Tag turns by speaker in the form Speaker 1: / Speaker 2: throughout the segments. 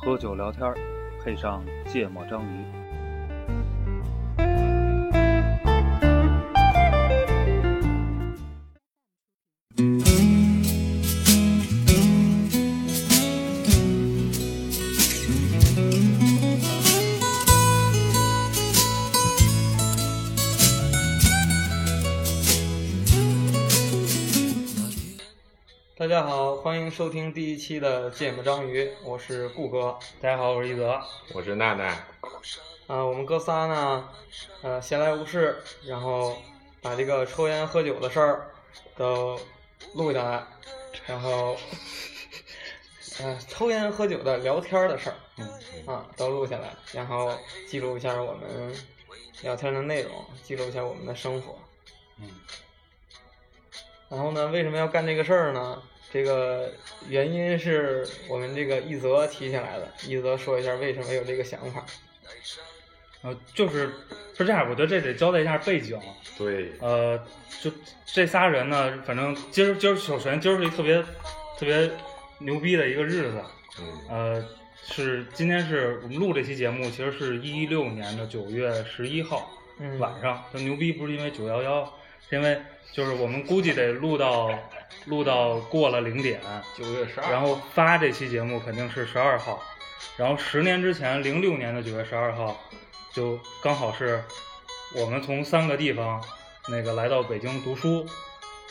Speaker 1: 天儿，配上芥末章鱼。
Speaker 2: 大家好，欢迎收听第一期的《芥末章鱼》，我是顾哥。大家好，我是一泽。
Speaker 3: 我是娜娜，
Speaker 2: 啊、我们哥仨呢，呃，闲来无事，然后把这个抽烟喝酒的事儿都录下来，然后，呃，抽烟喝酒的聊天儿的事儿，啊，都录下来，然后记录一下我们聊天的内容，记录一下我们的生活。
Speaker 1: 嗯，
Speaker 2: 然后呢，为什么要干这个事儿呢？这个原因是我们这个一泽提起来的。一泽说一下为什么有这个想法。
Speaker 4: 呃，就是是这样，我觉得这得交代一下背景。
Speaker 3: 对，
Speaker 4: 呃，就这仨人呢，反正今儿今儿首先今儿是一特别特别牛逼的一个日子。
Speaker 3: 嗯，
Speaker 4: 呃，是今天是我们录这期节目，其实是一六年的九月十一号
Speaker 2: 嗯
Speaker 4: 晚上。这牛逼不是因为九幺幺，是因为就是我们估计得录到录到过了零点，
Speaker 2: 九月十
Speaker 4: 然后发这期节目肯定是十二号，然后十年之前，零六年的九月十二号，就刚好是我们从三个地方那个来到北京读书，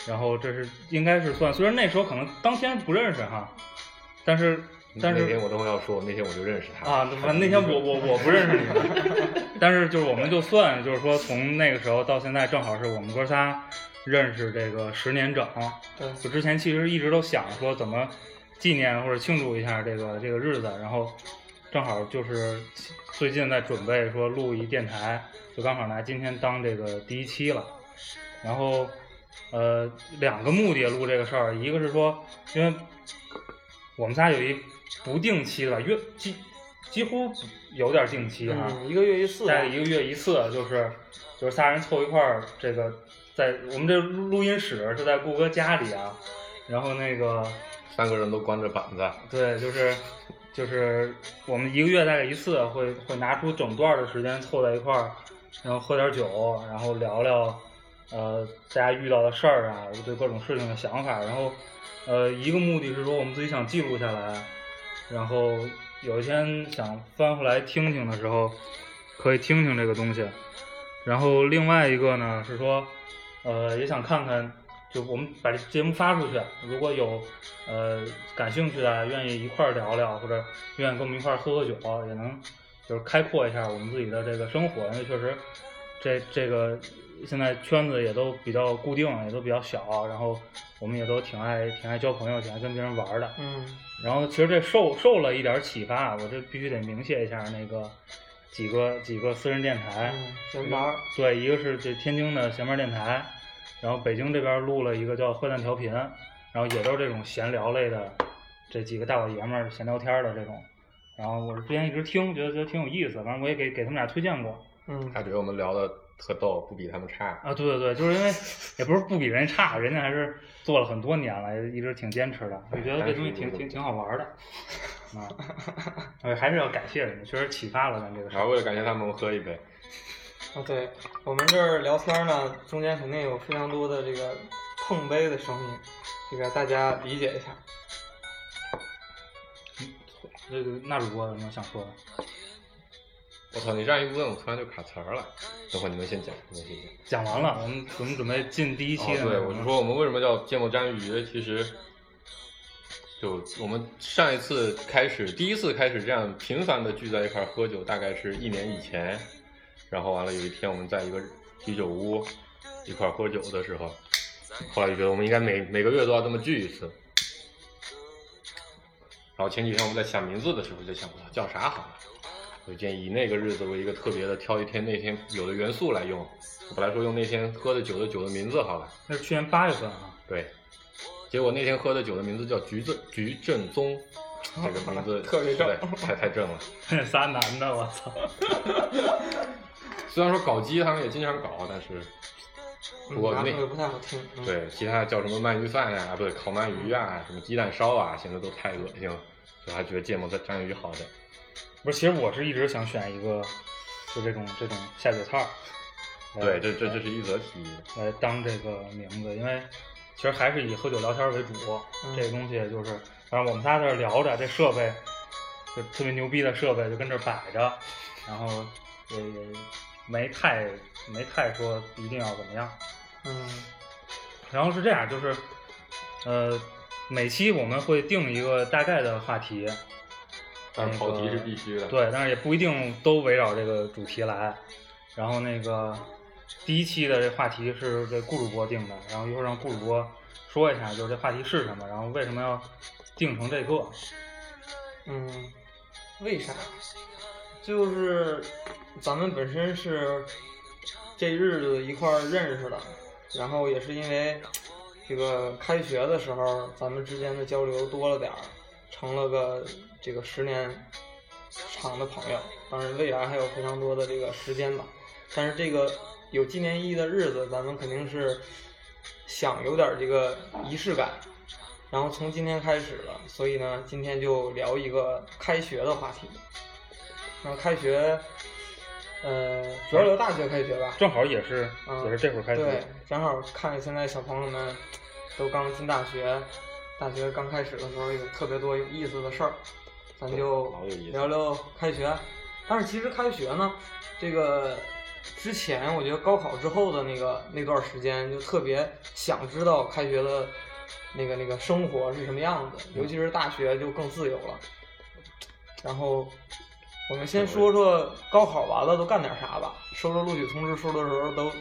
Speaker 4: 然后这是应该是算，虽然那时候可能当天不认识哈，但是但
Speaker 3: 那天
Speaker 4: 是
Speaker 3: 我都要说，那天我就认识他
Speaker 4: 啊，反正那天我我我不认识你们， 但是就是我们就算就是说从那个时候到现在，正好是我们哥仨认识这个十年整，
Speaker 2: 对，
Speaker 4: 我之前其实一直都想说怎么纪念或者庆祝一下这个这个日子，然后正好就是最近在准备说录一电台，就刚好拿今天当这个第一期了。然后呃，两个目的录这个事儿，一个是说，因为我们仨有一不定期的，约几几乎有点定期啊哈、
Speaker 2: 嗯，一个月一次吧，
Speaker 4: 在一个月一次，就是就是仨人凑一块儿，这个在我们这录音室是在顾哥家里啊，然后那个
Speaker 3: 三个人都光着膀子，
Speaker 4: 对，就是就是我们一个月大概一次会会拿出整段的时间凑在一块儿，然后喝点酒，然后聊聊呃大家遇到的事儿啊，对各种事情的想法，然后呃一个目的是说我们自己想记录下来，然后有一天想翻回来听听的时候，可以听听这个东西。然后另外一个呢是说，呃，也想看看，就我们把这节目发出去，如果有呃感兴趣的，愿意一块儿聊聊，或者愿意跟我们一块儿喝喝酒，啊也能就是开阔一下我们自己的这个生活，因为确实这这个现在圈子也都比较固定，也都比较小，啊然后我们也都挺爱挺爱交朋友，挺爱跟别人玩儿的，
Speaker 2: 嗯
Speaker 4: 然后其实这受受了一点启发，我这必须得鸣谢一下那个几个几个私人电台，
Speaker 2: 嗯，闲玩儿，
Speaker 4: 对，一个是这天津的闲班电台，然后北京这边录了一个叫《坏蛋调频》，然后也都是这种闲聊类的，这几个大老爷们儿闲聊天儿的这种。然后我是之前一直听，觉得觉得挺有意思，反正我也给给他们俩推荐过。
Speaker 2: 嗯
Speaker 3: 他觉得我们聊的特逗，不比他们差。
Speaker 4: 啊，对对对，就是因为也不是不比人差，人家还是做了很多年了，也一直挺坚持的。我觉得这东西挺挺挺好玩 的，啊，哎还是要感谢人家，确实启发了咱这个事
Speaker 3: 然
Speaker 4: 儿
Speaker 3: 后。为了感谢他们，我们喝一杯。
Speaker 2: 啊，对，我们这儿聊天呢，中间肯定有非常多的这个碰杯的声音，这个大家理解一下。
Speaker 4: 那个那主播有什么想说的？
Speaker 3: 我操，你这样一问，我突然就卡词儿了。等会儿你们先讲，你们先讲。
Speaker 4: 讲完了，我们我们准备进第一期的、
Speaker 3: 哦。对，我就，说我们为什么叫芥末章鱼，其实就我们上一次开始，第一次开始这样频繁的聚在一块儿喝酒，大概是一年以前。然后完了有一天我们在一个居酒屋一块儿喝酒的时候，后来就觉得我们应该每每个月都要这么聚一次。然后前几天我们在想名字的时候就想，我操叫啥好呢？我就建议以那个日子为一个特别的，挑一天那天有的元素来用。我本来说用那天喝的酒的酒的名字好了，
Speaker 4: 那是去年八月份啊，
Speaker 3: 对。结果那天喝的酒的名字叫菊正菊正宗，这个名字
Speaker 2: 特别正
Speaker 3: 对太太哦正了。
Speaker 4: 那仨男的，我 操，
Speaker 3: 虽然说搞基他们也经常搞，但是
Speaker 2: 嗯
Speaker 3: 不过
Speaker 2: 拿
Speaker 3: 那
Speaker 2: 出来不太好听。嗯，
Speaker 3: 对其他叫什么鳗鱼饭呀、啊，不对，烤鳗鱼啊，什么鸡蛋烧啊，现在都太恶心了，所以还觉得芥末在章鱼好点。
Speaker 4: 不是，其实我是一直想选一个，就这种这种下酒菜儿。呃
Speaker 3: 对，这这这是一则题。
Speaker 4: 来当这个名字，因为其实还是以喝酒聊天为主。
Speaker 2: 嗯
Speaker 4: 这个东西就是，反正我们仨在这儿聊着，这设备就特别牛逼的设备就跟这儿摆着，然后也也没太没太说一定要怎么样。
Speaker 2: 嗯
Speaker 4: 然后是这样，就是呃，每期我们会定一个大概的话题，
Speaker 3: 但是跑题
Speaker 4: 那
Speaker 3: 是
Speaker 4: 个
Speaker 3: 必须的。
Speaker 4: 对，但是也不一定都围绕这个主题来。然后那个第一期的这话题是这顾主播定的，然后一会儿让顾主播说一下，就是这话题是什么，然后为什么要定成这个。
Speaker 2: 嗯，为啥？就是咱们本身是这日子一块儿认识的，然后也是因为这个开学的时候，咱们之间的交流多了点儿，成了个这个十年长的朋友。当然，未来还有非常多的这个时间吧。但是这个有纪念意义的日子，咱们肯定是想有点儿这个仪式感，然后从今天开始了，所以呢，今天就聊一个开学的话题。然后开学，呃，主要聊大学开学吧。
Speaker 4: 正好也是、
Speaker 2: 嗯
Speaker 4: 也是这会儿开始，
Speaker 2: 对，正好看现在小朋友们都刚进大学，大学刚开始的时候有特别多有意思的事儿，咱就
Speaker 3: 老有意思
Speaker 2: 聊聊开学。但是其实开学呢，这个之前我觉得高考之后的那个那段时间，就特别想知道开学的那个那个生活是什么样子，尤其是大学就更自由了。然后我们先说说高考完了都干点啥吧。收着录取通知书的时候都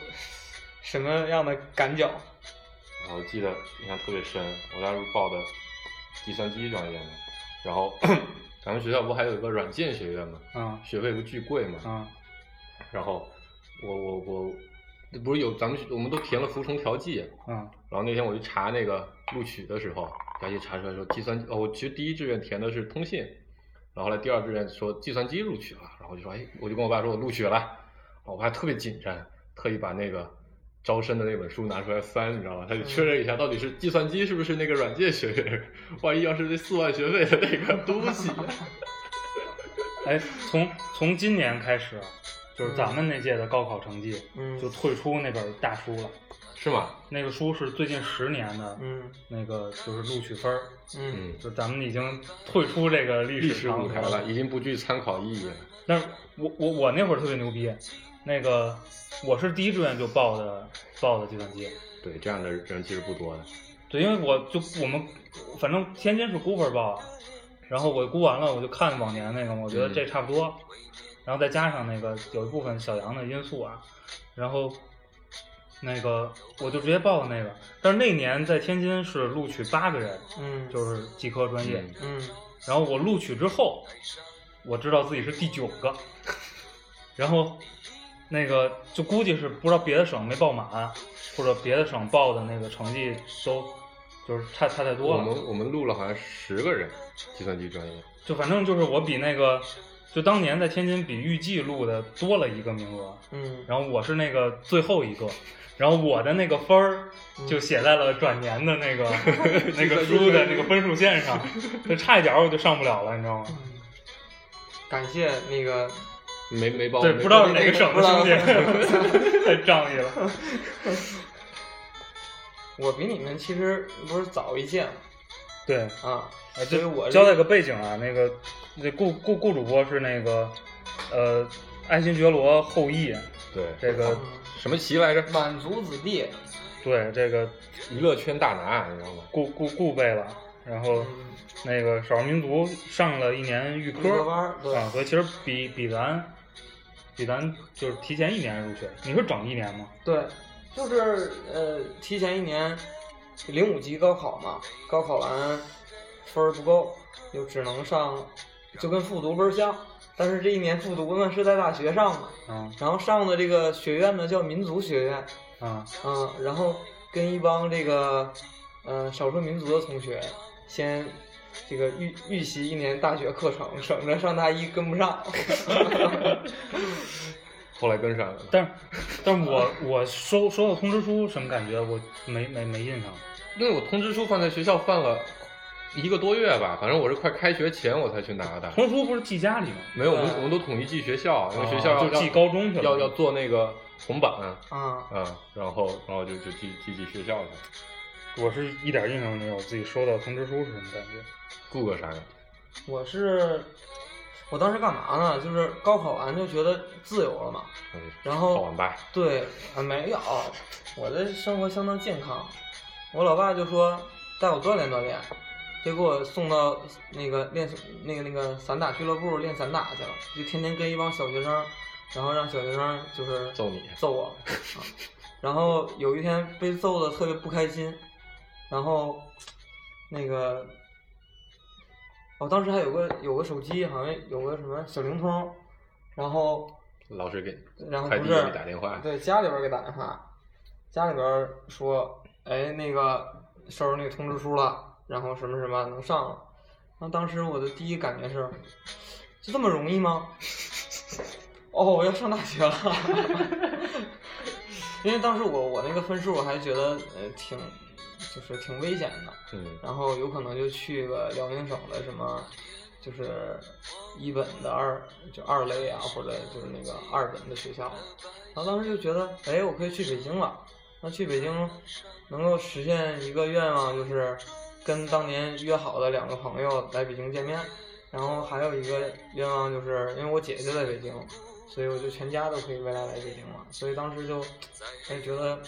Speaker 2: 什么样的感脚？
Speaker 3: 啊，我记得印象特别深，我当时报的计算机专业嘛，然后 咱们学校不还有一个软件学院嘛，
Speaker 4: 嗯
Speaker 3: 学费不巨贵嘛，
Speaker 4: 嗯
Speaker 3: 然后我我我，不是有咱们我们都填了服从调剂，
Speaker 4: 嗯
Speaker 3: 然后那天我去查那个录取的时候，赶紧查出来说计算机，哦，我其实第一志愿填的是通信，然后后来第二志愿说计算机录取了，然后我就说，哎，我就跟我爸说我录取了，我爸特别紧张，特意把那个招生的那本书拿出来翻，你知道吗？他就确认一下到底是计算机是不是那个软件学院，万一要是那四万学费的那个东西，
Speaker 4: 哎，从从今年开始，就是咱们那届的高考成绩、
Speaker 2: 嗯
Speaker 4: 就退出那本大书了。
Speaker 3: 是吗？
Speaker 4: 那个书是最近十年的，
Speaker 2: 嗯
Speaker 4: 那个就是录取分儿，
Speaker 2: 嗯，
Speaker 3: 嗯，
Speaker 4: 就咱们已经退出这个历
Speaker 3: 历
Speaker 4: 史
Speaker 3: 史
Speaker 4: 长
Speaker 3: 舞
Speaker 4: 河
Speaker 3: 台了，已经不具参考意义了。
Speaker 4: 但是我我我那会儿特别牛逼，那个我是第一志愿就报的报的计算机，
Speaker 3: 对，这样的人其实不多的。
Speaker 4: 对，因为我就我们反正天津是估分报，然后我估完了我就看往年那个，我觉得这差不多，然后再加上那个有一部分小杨的因素啊，然后那个我就直接报了那个，但是那年在天津是录取八个人，
Speaker 2: 嗯，
Speaker 4: 就是技科专业。
Speaker 3: 嗯
Speaker 2: 嗯
Speaker 4: 然后我录取之后，我知道自己是第九个，然后那个就估计是不知道别的省没报满，或者别的省报的那个成绩都就是差差太多
Speaker 3: 我
Speaker 4: 了，
Speaker 3: 们我们录了好像十个人，计算机专业。
Speaker 4: 就反正就是我比那个就当年在天津比预计录的多了一个名额，
Speaker 2: 嗯，
Speaker 4: 然后我是那个最后一个。然后我的那个分儿
Speaker 2: 嗯
Speaker 4: 就写在了转年 的那个、那个书的那个分数线上，就差一点儿我就上不了了，你知道吗？
Speaker 2: 嗯感谢那个，
Speaker 3: 没没
Speaker 2: 哦
Speaker 3: 报，
Speaker 4: 对，
Speaker 3: 没
Speaker 4: 不知道是哪个省的兄
Speaker 2: 不
Speaker 4: 弟， 太仗 义了。
Speaker 2: 我比你们其实不是早一届嘛
Speaker 4: 对，
Speaker 2: 啊，
Speaker 4: 呃
Speaker 2: 所以我这
Speaker 4: 就交代个背景啊，那个那顾顾顾主播是那个呃爱新觉罗后裔，
Speaker 3: 对
Speaker 4: 这个
Speaker 2: 哦
Speaker 3: 什么旗来着？
Speaker 2: 嗯满族子弟，
Speaker 4: 对这个
Speaker 3: 娱乐圈大拿，啊你知道吗？
Speaker 4: 顾顾顾辈了，然后
Speaker 2: 嗯，
Speaker 4: 那个少数民族上了一年预
Speaker 2: 预科
Speaker 4: 科
Speaker 2: 班儿对
Speaker 4: 啊，所以其实比比咱比咱就是提前一年入学，你是整一年吗？
Speaker 2: 对，就是呃，提前一年，零五级高考嘛，高考完分儿不够，就只能上，就跟复读倍儿像。但是这一年复读呢是在大学上嘛，
Speaker 4: 啊
Speaker 2: 然后上的这个学院呢叫民族学院，
Speaker 4: 啊
Speaker 2: 嗯，然后跟一帮这个呃少数民族的同学先。这个预预习一年大学课程，省着上大一跟不上。
Speaker 3: 后来跟上了。
Speaker 4: 但但我 我收收到通知书什么感觉？我没没没印象。
Speaker 3: 因为我通知书放在学校放了一个多月吧，反正我是快开学前我才去拿的。
Speaker 4: 童书不是寄家里吗？
Speaker 3: 没有，我们
Speaker 2: 对
Speaker 3: 我们都统一寄学校，因为
Speaker 4: 啊
Speaker 3: 学校要
Speaker 4: 就寄高中去
Speaker 3: 要要
Speaker 4: 了
Speaker 3: 要做那个红板啊、
Speaker 2: 啊，
Speaker 3: 然后然后就就寄寄寄学校去，
Speaker 4: 我是一点印象没有，自己收到通知书是什么感觉？
Speaker 3: 雇个啥呀？
Speaker 2: 我是我当时干嘛呢？就是高考完就觉得自由了嘛，
Speaker 3: 嗯，
Speaker 2: 然后
Speaker 3: 好晚吧，
Speaker 2: 对，啊没有，我的生活相当健康。我老爸就说带我锻炼锻炼，就给我送到那个练那个那个散打俱乐部练散打去了，就天天跟一帮小学生，然后让小学生就是
Speaker 3: 揍你
Speaker 2: 揍我，啊然后有一天被揍的特别不开心，然后那个我、当时还有个有个手机，好像有个什么小灵通，然后
Speaker 3: 老师给
Speaker 2: 然后
Speaker 3: 快
Speaker 2: 啊不
Speaker 3: 递
Speaker 2: 是
Speaker 3: 给你打电话，
Speaker 2: 对，家里边儿给打电话，家里边儿说，哎，那个收着那个通知书了，然后什么什么能上了。然后当时我的第一感觉是，就这么容易吗？哦，我要上大学了， 因为当时我我那个分数我还觉得呃挺，就是挺危险的，
Speaker 3: 嗯，
Speaker 2: 然后有可能就去个辽宁省的什么，就是一本的二就二类啊，或者就是那个二本的学校。然后当时就觉得，哎，我可以去北京了。那去北京能够实现一个愿望，就是跟当年约好的两个朋友来北京见面。然后还有一个愿望，就是因为我姐姐就在北京，所以我就全家都可以未来来北京了。所以当时就，哎，觉得，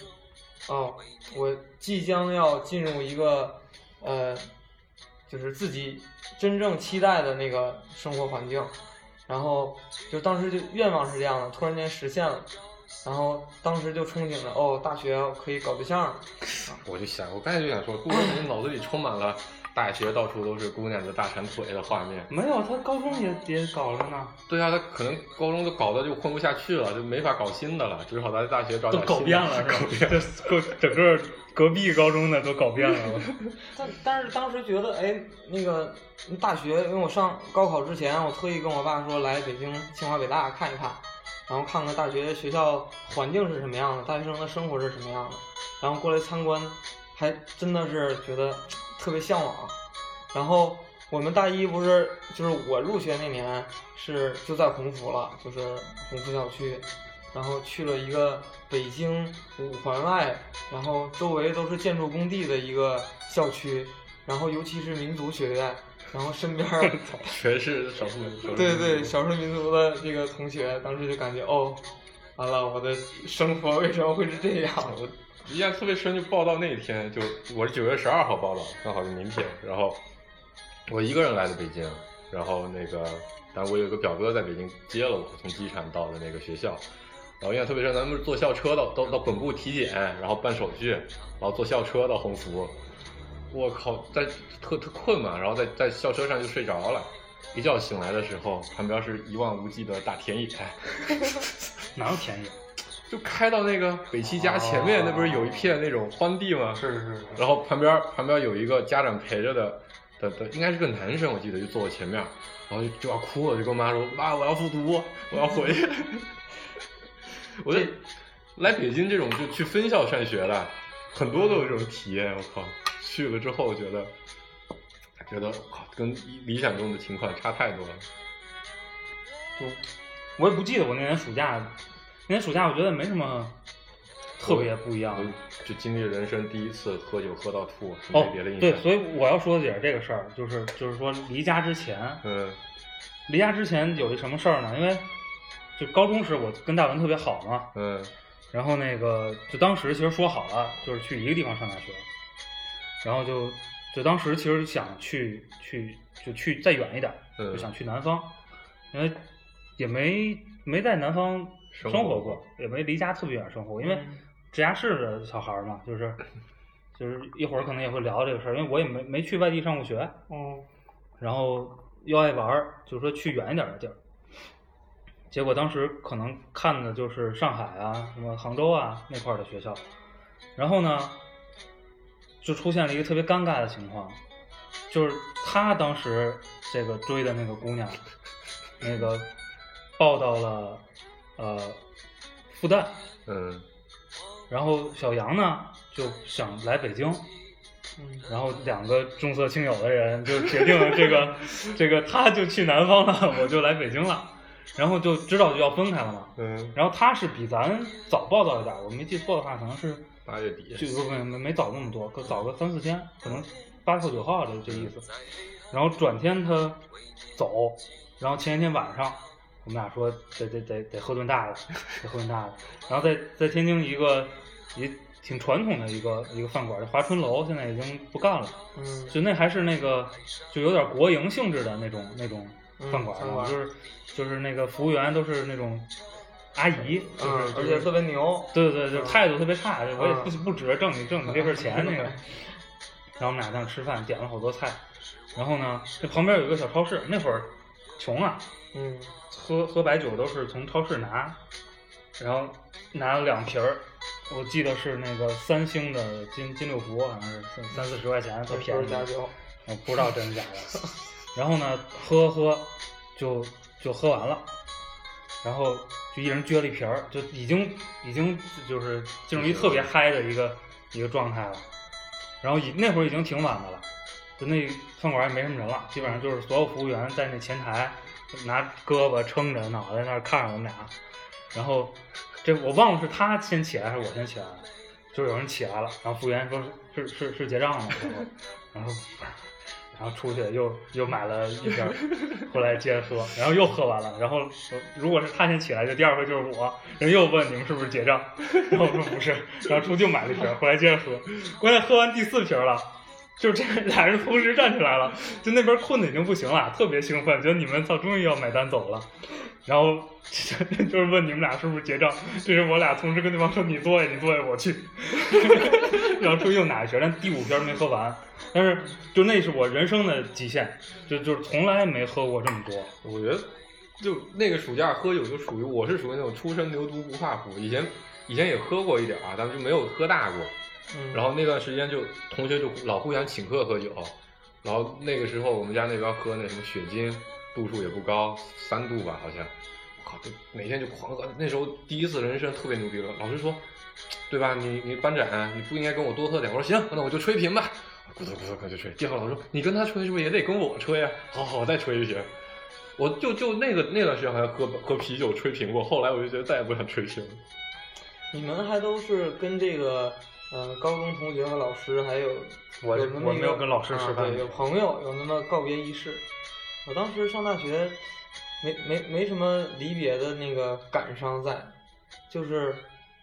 Speaker 2: 哦，我即将要进入一个，呃，就是自己真正期待的那个生活环境。然后就当时就愿望是这样的，突然间实现了。然后当时就憧憬着，哦，大学可以搞对象了。
Speaker 3: 我就想，我刚才就想说，顾哥你脑子里充满了大学到处都是姑娘的大长腿的画面。
Speaker 4: 没有，他高中也也搞着呢，
Speaker 3: 对啊，他可能高中都搞得就混不下去了，就没法搞新的了，只好在大学找
Speaker 4: 都
Speaker 3: 点
Speaker 4: 搞
Speaker 3: 新的
Speaker 4: 遍了，是吧？这整整个隔壁高中的都搞遍了。
Speaker 2: 但但是当时觉得，哎，那个大学，因为我上高考之前，我特意跟我爸说来北京清华北大看一看，然后看看大学学校环境是什么样的，大学生的生活是什么样的，然后过来参观，还真的是觉得特别向往。然后我们大一不是就是我入学那年是就在鸿福了，就是鸿福校区，然后去了一个北京五环外，然后周围都是建筑工地的一个校区，然后尤其是民族学院，然后身 边儿
Speaker 3: 全是少数民族。
Speaker 2: 对对，少数民族的这个同学，当时就感觉哦，完了，我的生活为什么会是这样？
Speaker 3: 我印象特别深，就报道那一天，就我是九月十二号报道，刚好是明天。然后我一个人来的北京，然后那个，但我有一个表哥在北京接了我，从机场到的那个学校。然后印象特别深，咱们是坐校车到到到本部体检，然后办手续，然后坐校车到鸿福。我靠，在特特困嘛，然后在在校车上就睡着了。一觉醒来的时候，旁边是一望无际的大田野。
Speaker 4: 哪有便宜？啊
Speaker 3: 就开到那个北七家前面，那不是有一片那种荒地吗？
Speaker 4: 哦是是是，
Speaker 3: 然后旁边旁边有一个家长陪着的的的，应该是个男生，我记得就坐我前面，然后就就要哭了，就跟我妈说：“妈，我要复读，我要 回。”我就来北京这种就去分校上学的，很多都有这种体验。我靠，去了之后觉得觉得我靠，跟理想中的情况差太多了。
Speaker 4: 就我也不记得我那年暑假，那年暑假我觉得没什么特别不一样
Speaker 3: 我
Speaker 4: 的。
Speaker 3: 就经历了人生第一次喝酒喝到吐，没
Speaker 4: 哦
Speaker 3: 别的印，象。
Speaker 4: 对，所以我要说的也是这个事儿，就是就是说离家之前，
Speaker 3: 嗯
Speaker 4: 离家之前有一什么事儿呢？因为就高中时我跟大文特别好嘛，
Speaker 3: 嗯。
Speaker 4: 然后那个就当时其实说好了，就是去一个地方上大学，然后就就当时其实想去去就去再远一点，
Speaker 3: 嗯
Speaker 4: 就想去南方，因为也没没在南方
Speaker 3: 生
Speaker 4: 生
Speaker 3: 活
Speaker 4: 活
Speaker 3: 过
Speaker 4: 过，也没离家特别远生活过，因为
Speaker 2: 嗯
Speaker 4: 直辖市的小孩儿嘛，就是就是一会儿可能也会聊这个事儿，因为我也没没去外地上过学，嗯
Speaker 2: 哦，
Speaker 4: 然后又爱玩儿，就是说去远一点儿的地儿。结果当时可能看的就是上海啊、什么杭州啊那块儿的学校，然后呢，就出现了一个特别尴尬的情况，就是他当时这个追的那个姑娘，那个报到了呃复旦，
Speaker 3: 嗯
Speaker 4: 然后小杨呢就想来北京，
Speaker 2: 嗯
Speaker 4: 然后两个重色轻友的人就决定了这个这个他就去南方了， 我就来北京了，然后就知道就要分开了嘛。
Speaker 3: 嗯，
Speaker 4: 然后他是比咱早报道一点儿，我没记错的话，可能是
Speaker 3: 八月底，
Speaker 4: 就不没没早那么多，可早个三四天，可能八号九号这这意思。然后转天他走，然后前一天晚上我们俩说得得得得喝顿大的， 得喝顿大的。然后在在天津一个也挺传统的一个一个饭馆，叫华春楼，现在已经不干了，
Speaker 2: 嗯
Speaker 4: 就那还是那个就有点国营性质的那种那种饭馆
Speaker 2: 嗯饭
Speaker 4: 了，
Speaker 2: 馆
Speaker 4: 就是就是那个服务员都是那种阿姨，就是、
Speaker 2: 嗯，而且特别牛，
Speaker 4: 对对，对，
Speaker 2: 嗯
Speaker 4: 态度特别差，我也不
Speaker 2: 嗯
Speaker 4: 不指着挣你挣你这份 钱那个。然后我们俩在那吃饭，点了好多菜，然后呢，这旁边有一个小超市，那会儿穷啊，
Speaker 2: 嗯
Speaker 4: 喝喝白酒都是从超市拿，然后拿了两瓶儿，我记得是那个三星的金金六福，好像是三三四十块钱，特便宜
Speaker 2: 都是，加酒，
Speaker 4: 我嗯不知道真的假的。然后呢，喝喝就就喝完了，然后就一人撅了一瓶儿，就已经已经就是进入一特别嗨的一个一个状态了。然后已那会儿已经挺晚的了，就那饭馆也没什么人了，基本上就是所有服务员在那前台拿胳膊撑着脑袋那儿看着我们俩，然后这我忘了是他先起来还是我先起来了，就是有人起来了，然后服务员说是是是是结账吗？我说然后然后出去又又买了一瓶儿，后来接着喝，然后又喝完了，然后我如果是他先起来，就第二回就是我，人又问你们是不是结账， 然后我说不是，然后出去又买了一瓶儿，后来接着喝，关键喝完第四瓶儿了。就这 俩人同时站起来了，就那边困的已经不行了，特别兴奋，觉得你们操终于要买单走了，然后 就是问你们俩是不是结账，这是我俩同时跟对方说你坐下你坐下我去， 然后出去又拿一瓶儿，但第五瓶儿没喝完，但是就那是我人生的极限，就就是从来没喝过这么多。
Speaker 3: 我觉得就那个暑假喝酒就属于我是属于那种初生牛犊不怕虎，以前以前也喝过一点儿啊，但是就没有喝大过。
Speaker 2: 嗯，
Speaker 3: 然后那段时间就同学就老互相请客喝酒，然后那个时候我们家那边喝那什么雪晶，度数也不高，三度吧好像，我靠，就每天就狂喝。那时候第一次人生特别牛逼了，老师说，对吧？你你班长你不应该跟我多喝点。我说行，那我就吹瓶吧，咕嘟咕嘟咕嘟吹。第二个老师说你跟他吹是不是也得跟我吹啊？好好，我再吹一瓶。我就就那个那段时间好像喝喝啤酒吹瓶过，后来我就觉得再也不想吹瓶 了。
Speaker 2: 你们还都是跟这个呃高中同学和老师，还有
Speaker 4: 我
Speaker 2: 有那么
Speaker 4: 我
Speaker 2: 一个
Speaker 4: 没有跟老师吃
Speaker 2: 啊
Speaker 4: 饭
Speaker 2: 对，有朋友有那么告别仪式。我当时上大学没没没什么离别的那个感伤在，就是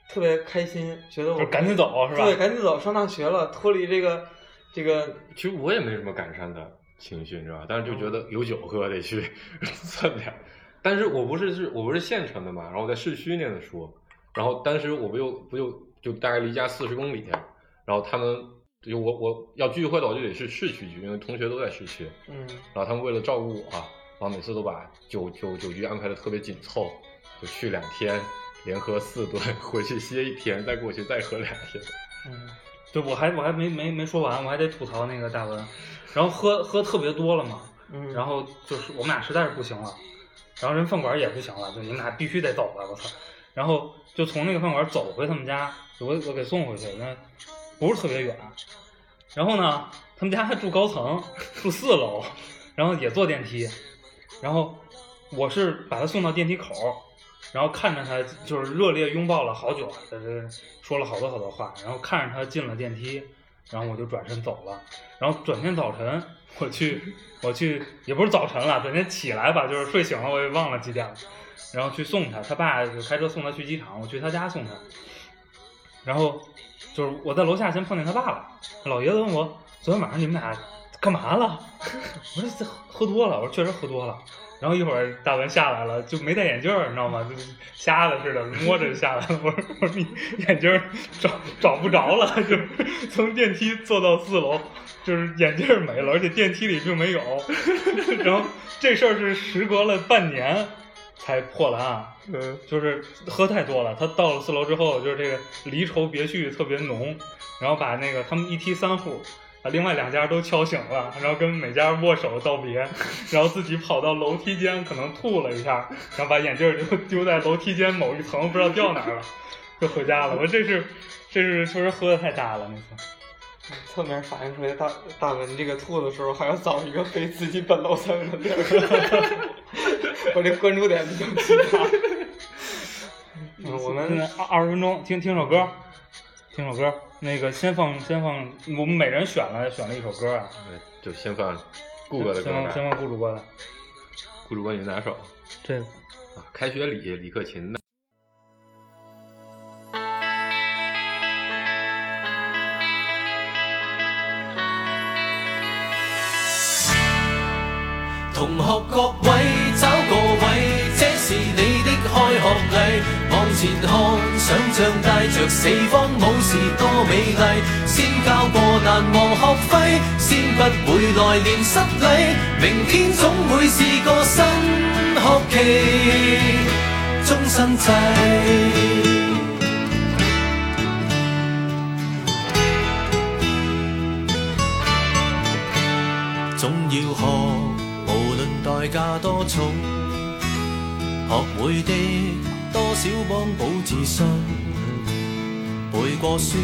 Speaker 2: 特别开心，觉得
Speaker 4: 就
Speaker 2: 我
Speaker 4: 是赶紧走是吧？
Speaker 2: 对，赶紧走，上大学了，脱离这个这个
Speaker 3: 其实我也没什么感伤的情绪，你知道吧？但是就觉得有酒喝得去 蹭点儿。但是我不是是我不是县城的嘛，然后我在市区念的书，然后当时我不就不就就大概离家四十公里，然后他们就我我要聚会的我就得去市区聚，因为同学都在市区，
Speaker 2: 嗯
Speaker 3: 然后他们为了照顾我、啊然后每次都把酒酒酒局安排的特别紧凑，就去两天，连喝四顿， 回去歇一天，再过去再喝两天。
Speaker 2: 嗯
Speaker 4: 就我还我还没没没说完，我还得吐槽那个大文，然后喝喝特别多了嘛，
Speaker 2: 嗯，
Speaker 4: 然后就是我们俩实在是不行了，然后人饭馆也不行了，就你们俩必须得走了，我操！然后就从那个饭馆走回他们家，我我给送回去，那不是特别远。然后呢，他们家还住高层，住四楼，然后也坐电梯。然后我是把他送到电梯口，然后看着他就是热烈拥抱了好久，在这说了好多好多话，然后看着他进了电梯，然后我就转身走了。然后转天早晨我去，我去也不是早晨了，转天起来吧，就是睡醒了，我也忘了几点了。然后去送他，他爸就开车送他去机场，我去他家送他。然后就是我在楼下先碰见他爸了，老爷子问我昨天晚上你们俩干嘛了？ 我说这喝多了，我说确实喝多了。然后一会儿大文下来了，就没戴眼镜儿，你知道吗？就是瞎子似的摸着就下来了。我说我说你眼镜儿 找找不着了，就是从电梯坐到四楼，就是眼镜儿没了，而且电梯里并没有。 然后这事儿是时隔了半年才破了案。
Speaker 3: 嗯，
Speaker 4: 就是喝太多了。他到了四楼之后，就是这个离愁别绪特别浓，然后把那个他们一梯三户，把另外两家都敲醒了，然后跟每家握手道别，然后自己跑到楼梯间，可能吐了一下，然后把眼镜儿就丢在楼梯间某一层，不知道掉哪儿了，就回家了。我这是这是确实喝的太大了那次。
Speaker 2: 侧面反映出来大大文这个兔的时候，还要找一个非自己本楼层的地儿。 我这关注点比较奇葩。嗯，我
Speaker 4: 现在
Speaker 2: 们
Speaker 4: 二二十分钟，听听首歌，听首歌。那个先放先放，我们每人选了选了一首歌啊，
Speaker 3: 嗯就先放顾哥的
Speaker 4: 先
Speaker 3: 歌
Speaker 4: 放先
Speaker 3: 吧。
Speaker 4: 放顾主播的，
Speaker 3: 顾主播，你们哪首？
Speaker 4: 这个
Speaker 3: 啊，开学礼，李克勤的。
Speaker 5: 同學各位找個位，這是你的開學禮。往前看，想像帶着四方武士多美麗。先交過難忘學費，先不會來年失禮。明天總會是個新學期，終身制。總要學，無論代價多重，學會的多少幫補自信。背過書，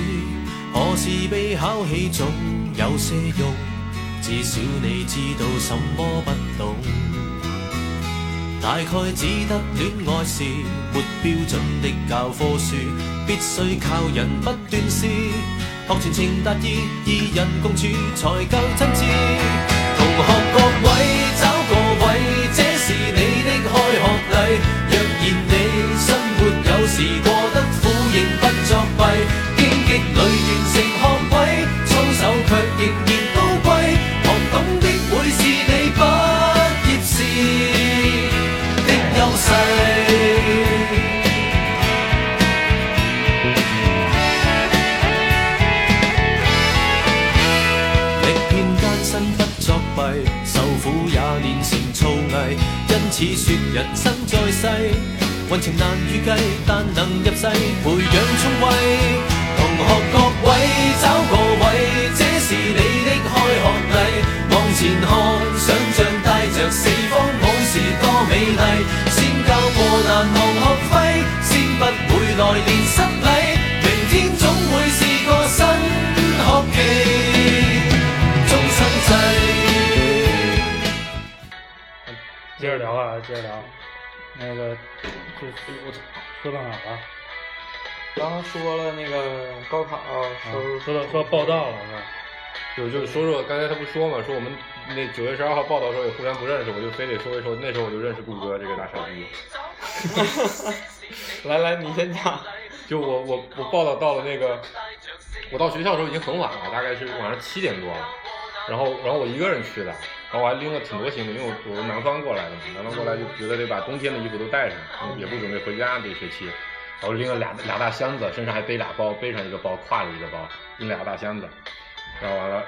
Speaker 5: 何時被考起總有些用，至少你知道什麼不懂。大概只得戀愛是沒標準的教科書，必須靠人不斷試，學前情達意，二人共處才夠真摯。同學各位找個位，這是你的開學禮。若然你生活有時過得苦，仍不作弊，荊棘裏完成學位，操守卻仍然高貴。學懂的會是你畢業時的優勢。歷遍艱辛不作弊，受苦也練成造詣。因此說人生在世，運程難預計，但能入世培養聰慧。同學各位找個位，這是你的開學禮。往前看，想像帶着四方武士多美麗。先交過難忘學費，先不會來年失禮。明天總會是個新學期。终身制。
Speaker 4: 接着聊啊，接着聊。那个，就我说到哪儿了？啊
Speaker 2: 刚刚说了那个高考
Speaker 4: 啊
Speaker 2: 收
Speaker 4: 说到说报道了是吧？
Speaker 3: 就就是说说刚才他不说嘛，说我们那九月十二号报道的时候也互相不认识，我就非得说一说，那时候我就认识顾哥这个大傻逼。
Speaker 2: 来来，你先讲。
Speaker 3: 就我我我报道到了那个，我到学校的时候已经很晚了，大概是晚上七点多了，然后然后我一个人去的，然后我还拎了挺多行李，因为我我是南方过来的嘛，南方过来就觉得得把冬天的衣服都带上，也不准备回家这学期，然后拎了俩俩大箱子，身上还背俩包，背上一个包，挎着一个包，拎俩大箱子，然后完了。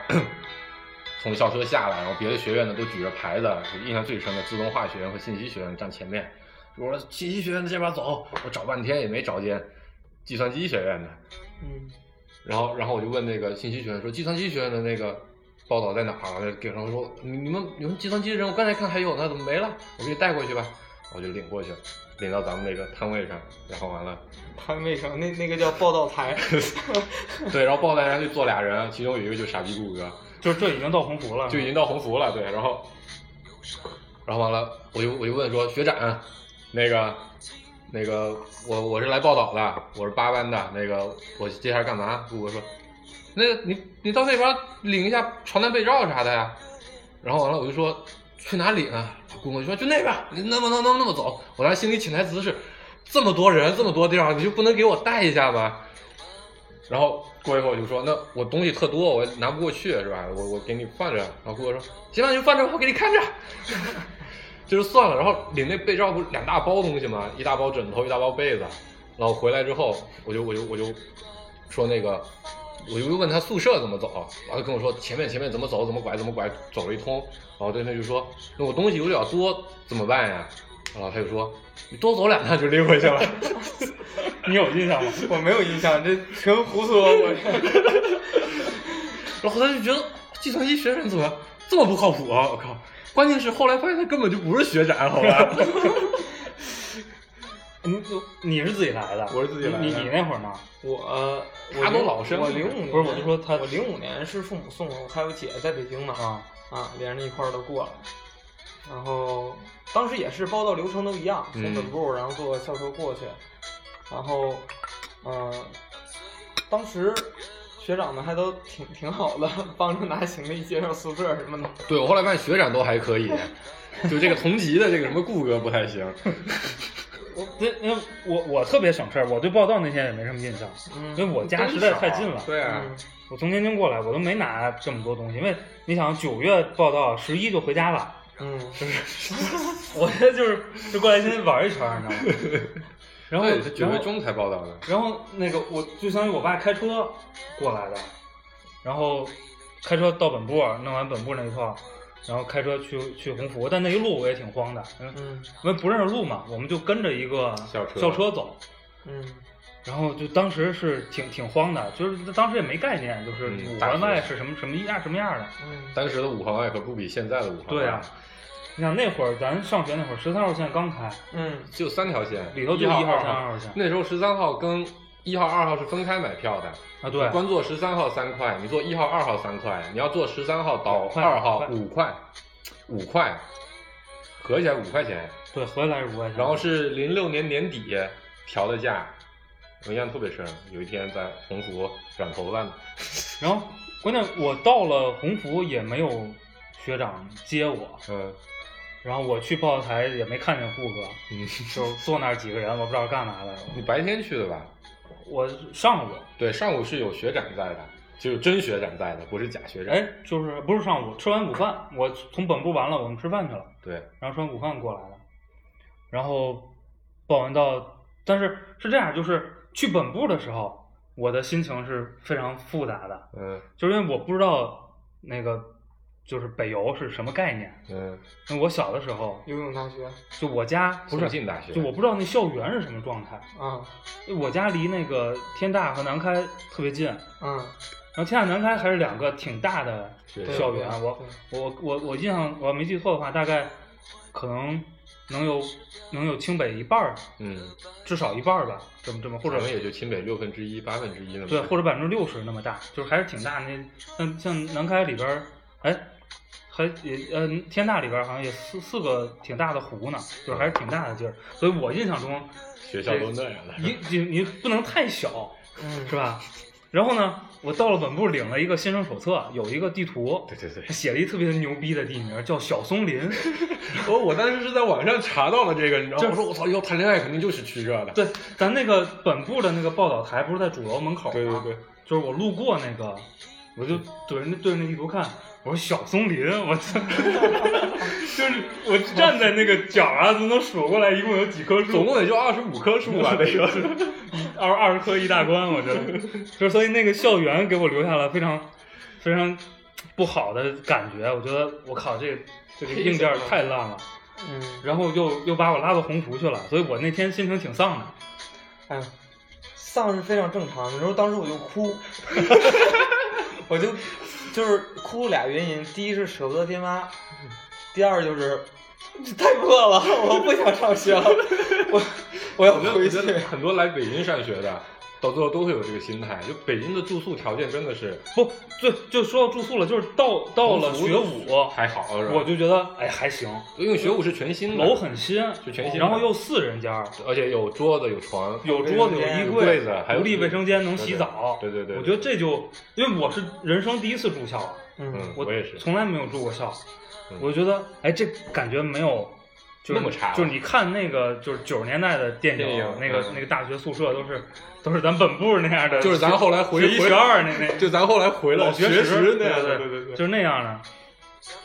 Speaker 3: 从校车下来，然后别的学院的都举着牌子，我印象最深的自动化学院和信息学院站前面，我说信息学院的这边走，我找半天也没找见计算机学院的。
Speaker 2: 嗯，
Speaker 3: 然后，然后我就问那个信息学院说，计算机学院的那个报道在哪儿啊？给人说你你们你们计算机的人，我刚才看还有呢，怎么没了？我给你带过去吧。我就领过去，领到咱们那个摊位上，然后完了，
Speaker 2: 摊位上那那个叫报道台。
Speaker 3: 对，然后报道台上就坐俩人，其中有一个就是傻逼顾哥，
Speaker 4: 就是这已经到鸿福了，
Speaker 3: 就已经到鸿福了，对，然后，然后完了，我就我就问说学长，那个那个我我是来报道的，我是八班的，那个我接下来干嘛？顾哥说，那个你你到那边领一下床单被罩啥的呀。然后完了我就说去哪领啊？顾哥就说就那边，你那么那么那么那么走。我当时心里请台词是，这么多人这么多地方，你就不能给我带一下吗？然后过一会儿我就说，那我东西特多，我拿不过去是吧？我我给你放着。然后顾哥说，行吧，你就放着，我给你看着。 就是算了，然后领那被罩不是两大包东西嘛，一大包枕头，一大包被子。然后回来之后，我就我就我就说那个，我就问他宿舍怎么走，然后跟我说前面前面怎么走，怎么拐怎么拐，走了一通。然后对面就说，那我东西有点多，怎么办呀？然后他就说，你多走两趟就拎回去了。
Speaker 4: 你有印象吗？
Speaker 2: 我没有印象，这纯胡说。我
Speaker 3: 然后他就觉得计算机学长怎么这么不靠谱啊！我靠，关键是后来发现他根本就不是学长，好吧？
Speaker 4: 你你是自己来的？
Speaker 3: 我是自己来的
Speaker 4: 你你你那会儿呢？
Speaker 2: 我我
Speaker 3: 他都
Speaker 2: 05
Speaker 3: 老生
Speaker 2: 我
Speaker 3: 了
Speaker 2: 零五年
Speaker 4: 不是我就说他
Speaker 2: 我零五年是父母送我，我还有姐在北京嘛
Speaker 4: 啊，
Speaker 2: 啊，连着一块儿都过了。然后当时也是报到流程都一样，从
Speaker 3: 嗯
Speaker 2: 本部然后坐校车过去，然后嗯、呃当时学长们还都挺挺好的，帮着拿行李、介绍宿舍什么的。
Speaker 3: 对我后来发现学长都还可以，就这个同级的这个什么顾哥不太 行。
Speaker 4: 我那那我我特别省事儿，我对报道那些也没什么印象，
Speaker 2: 嗯
Speaker 4: 因为我家实在太近了。
Speaker 3: 对啊，
Speaker 2: 嗯
Speaker 4: 我从天津过来，我都没拿这么多东西，因为你想九月报道，十一就回家了，
Speaker 2: 嗯，
Speaker 4: 我 这就是就过来先玩一圈儿，你知道吗？ 然后
Speaker 3: 对他九
Speaker 4: 然
Speaker 3: 月
Speaker 4: 后
Speaker 3: 中才报道的。
Speaker 4: 然后那个我就相当于我爸开车过来的，然后开车到本部弄完本部那一套，然后开车去去鸿福，但那一路我也挺慌的，嗯，
Speaker 2: 嗯
Speaker 4: 因为不认识路嘛，我们就跟着一个
Speaker 3: 校车
Speaker 4: 走，
Speaker 2: 嗯
Speaker 4: 然后就当时是挺挺慌的，就是当时也没概念，就是
Speaker 3: 嗯
Speaker 4: 五
Speaker 3: 大
Speaker 4: 环
Speaker 3: 学
Speaker 4: 外是什么什么样什么样的，
Speaker 2: 嗯
Speaker 3: 当时的五环外可不比现在的五环外，
Speaker 4: 对啊，你想那会儿咱上学那会儿，十三号线刚开，
Speaker 2: 嗯
Speaker 3: 就三条线，
Speaker 4: 里头就
Speaker 3: 一号、
Speaker 4: 一号线
Speaker 3: 二
Speaker 4: 二号线
Speaker 3: 那时候十三号跟一号、二号是分开买票的，
Speaker 4: 啊对，
Speaker 3: 光坐十三号三块，你坐一号、二号三块，你要坐十三号到
Speaker 4: 快
Speaker 3: 二号
Speaker 4: 快
Speaker 3: 五块，五块，合起来五块钱。
Speaker 4: 对，回来是五块钱，
Speaker 3: 然后是零六年年底调的价，我印象特别深。有一天在鸿福染头发呢，
Speaker 4: 然后关键我到了鸿福也没有学长接我，
Speaker 3: 嗯
Speaker 4: 然后我去报道台也没看见顾哥，
Speaker 3: 嗯，
Speaker 4: 就坐那儿几个人，我不知道干嘛的。
Speaker 3: 你白天去的吧？
Speaker 4: 我上午，
Speaker 3: 对，上午是有学长在的，就有真学长在的，不是假学长。
Speaker 4: 哎，就是不是上午吃完午饭，我从本部完了，我们吃饭去了，
Speaker 3: 对，
Speaker 4: 然后吃完午饭过来了，然后报完到，但是是这样，就是去本部的时候，我的心情是非常复杂的，
Speaker 3: 嗯
Speaker 4: 就是因为我不知道那个就是北邮是什么概念。
Speaker 3: 嗯，
Speaker 4: 因为我小的时候，
Speaker 2: 游泳大学
Speaker 4: 就我家不
Speaker 3: 不是
Speaker 4: 是
Speaker 3: 进大学，
Speaker 4: 就我不知道那校园是什么状态。
Speaker 2: 啊
Speaker 4: 我家离那个天大和南开特别近，然
Speaker 2: 嗯
Speaker 4: 后天大南开还是两个挺大的
Speaker 3: 是
Speaker 2: 对
Speaker 4: 校园
Speaker 2: 对。
Speaker 4: 我我我我印象我要没记错的话，大概可能能有能有清北一半儿，
Speaker 3: 嗯，
Speaker 4: 至少一半儿吧，这么这么或
Speaker 3: 或
Speaker 4: 者
Speaker 3: 者也就清北六分之一、八分之一那么
Speaker 4: 对
Speaker 3: 大
Speaker 4: 或者百分之六十那么大，就是还是挺大。那像像南开里边儿，哎。还也呃，天大里边儿好像也四四个挺大的湖呢，就是还是挺大的地儿，所以我印象中
Speaker 3: 学校都那样的。
Speaker 4: 你你你不能太小，
Speaker 2: 嗯
Speaker 4: 是吧？然后呢，我到了本部领了一个新生手册，有一个地图，
Speaker 3: 对对对，
Speaker 4: 写了一特别牛逼的地名叫小松林。
Speaker 3: 我我当时是在网上查到了这个，你知道
Speaker 4: 就
Speaker 3: 吗？我说我操，以后谈恋爱肯定就是去这 的。
Speaker 4: 对，咱那个本部的那个报道台不是在主楼门口吗？
Speaker 3: 对对对，
Speaker 4: 就是我路过那个，我就对着那对着那地图看，我说小松林，我操， 就是我站在那个角啊，都能数过来，一共有几棵树，
Speaker 3: 总共也就二十五棵 树吧，那个。
Speaker 4: 二二十棵一大关，我觉得，就是所以那个校园给我留下了非常非常不好的感觉。我觉得我靠，这这个硬件儿太烂了，
Speaker 2: 嗯，
Speaker 4: 然后又又把我拉到鸿福去了，所以我那天心情挺丧的。
Speaker 2: 哎呀，丧是非常正常的。你说当时我就 哭，我就就是哭俩原因，第一是舍不得爹妈，第二就是这太破了，我不想上学了， 我我要
Speaker 3: 我觉得
Speaker 2: 回去
Speaker 3: 我觉。得很多来北京上学的，到最后都会有这个心态，就北京的住宿条件真的是
Speaker 4: 不，就就说到住宿了，就是到到了学
Speaker 3: 鸿
Speaker 4: 武，
Speaker 3: 福还好，是吧
Speaker 4: 我就觉得哎还行，
Speaker 3: 因为学务是全新的
Speaker 4: 楼很新，
Speaker 3: 就全新的
Speaker 4: 然后又四人间儿，
Speaker 3: 而且有桌子有床，
Speaker 4: 有桌子有
Speaker 2: 有
Speaker 4: 衣
Speaker 3: 柜子还有
Speaker 4: 独立卫生间能洗
Speaker 3: 对对
Speaker 4: 澡。
Speaker 3: 对对对对
Speaker 4: 我觉得这就因为我是人生第一次住校啊。
Speaker 2: 嗯
Speaker 3: 嗯，我也是，
Speaker 4: 从来没有住过校
Speaker 3: 嗯，
Speaker 4: 我觉得哎，这感觉没有就是
Speaker 3: 那么差了啊
Speaker 4: 就是你看那个就是九十年代的电
Speaker 3: 电
Speaker 4: 影
Speaker 3: 影，
Speaker 4: 那个
Speaker 3: 嗯
Speaker 4: 那个大学宿舍都是都是咱本部那样的，
Speaker 3: 就是咱后来回
Speaker 4: 学一
Speaker 3: 回
Speaker 4: 学二那那
Speaker 3: 就咱后来回
Speaker 4: 老
Speaker 3: 了
Speaker 4: 识
Speaker 3: 识那
Speaker 4: 对
Speaker 3: 样的，
Speaker 4: 对
Speaker 3: 对对
Speaker 4: 就是那样的。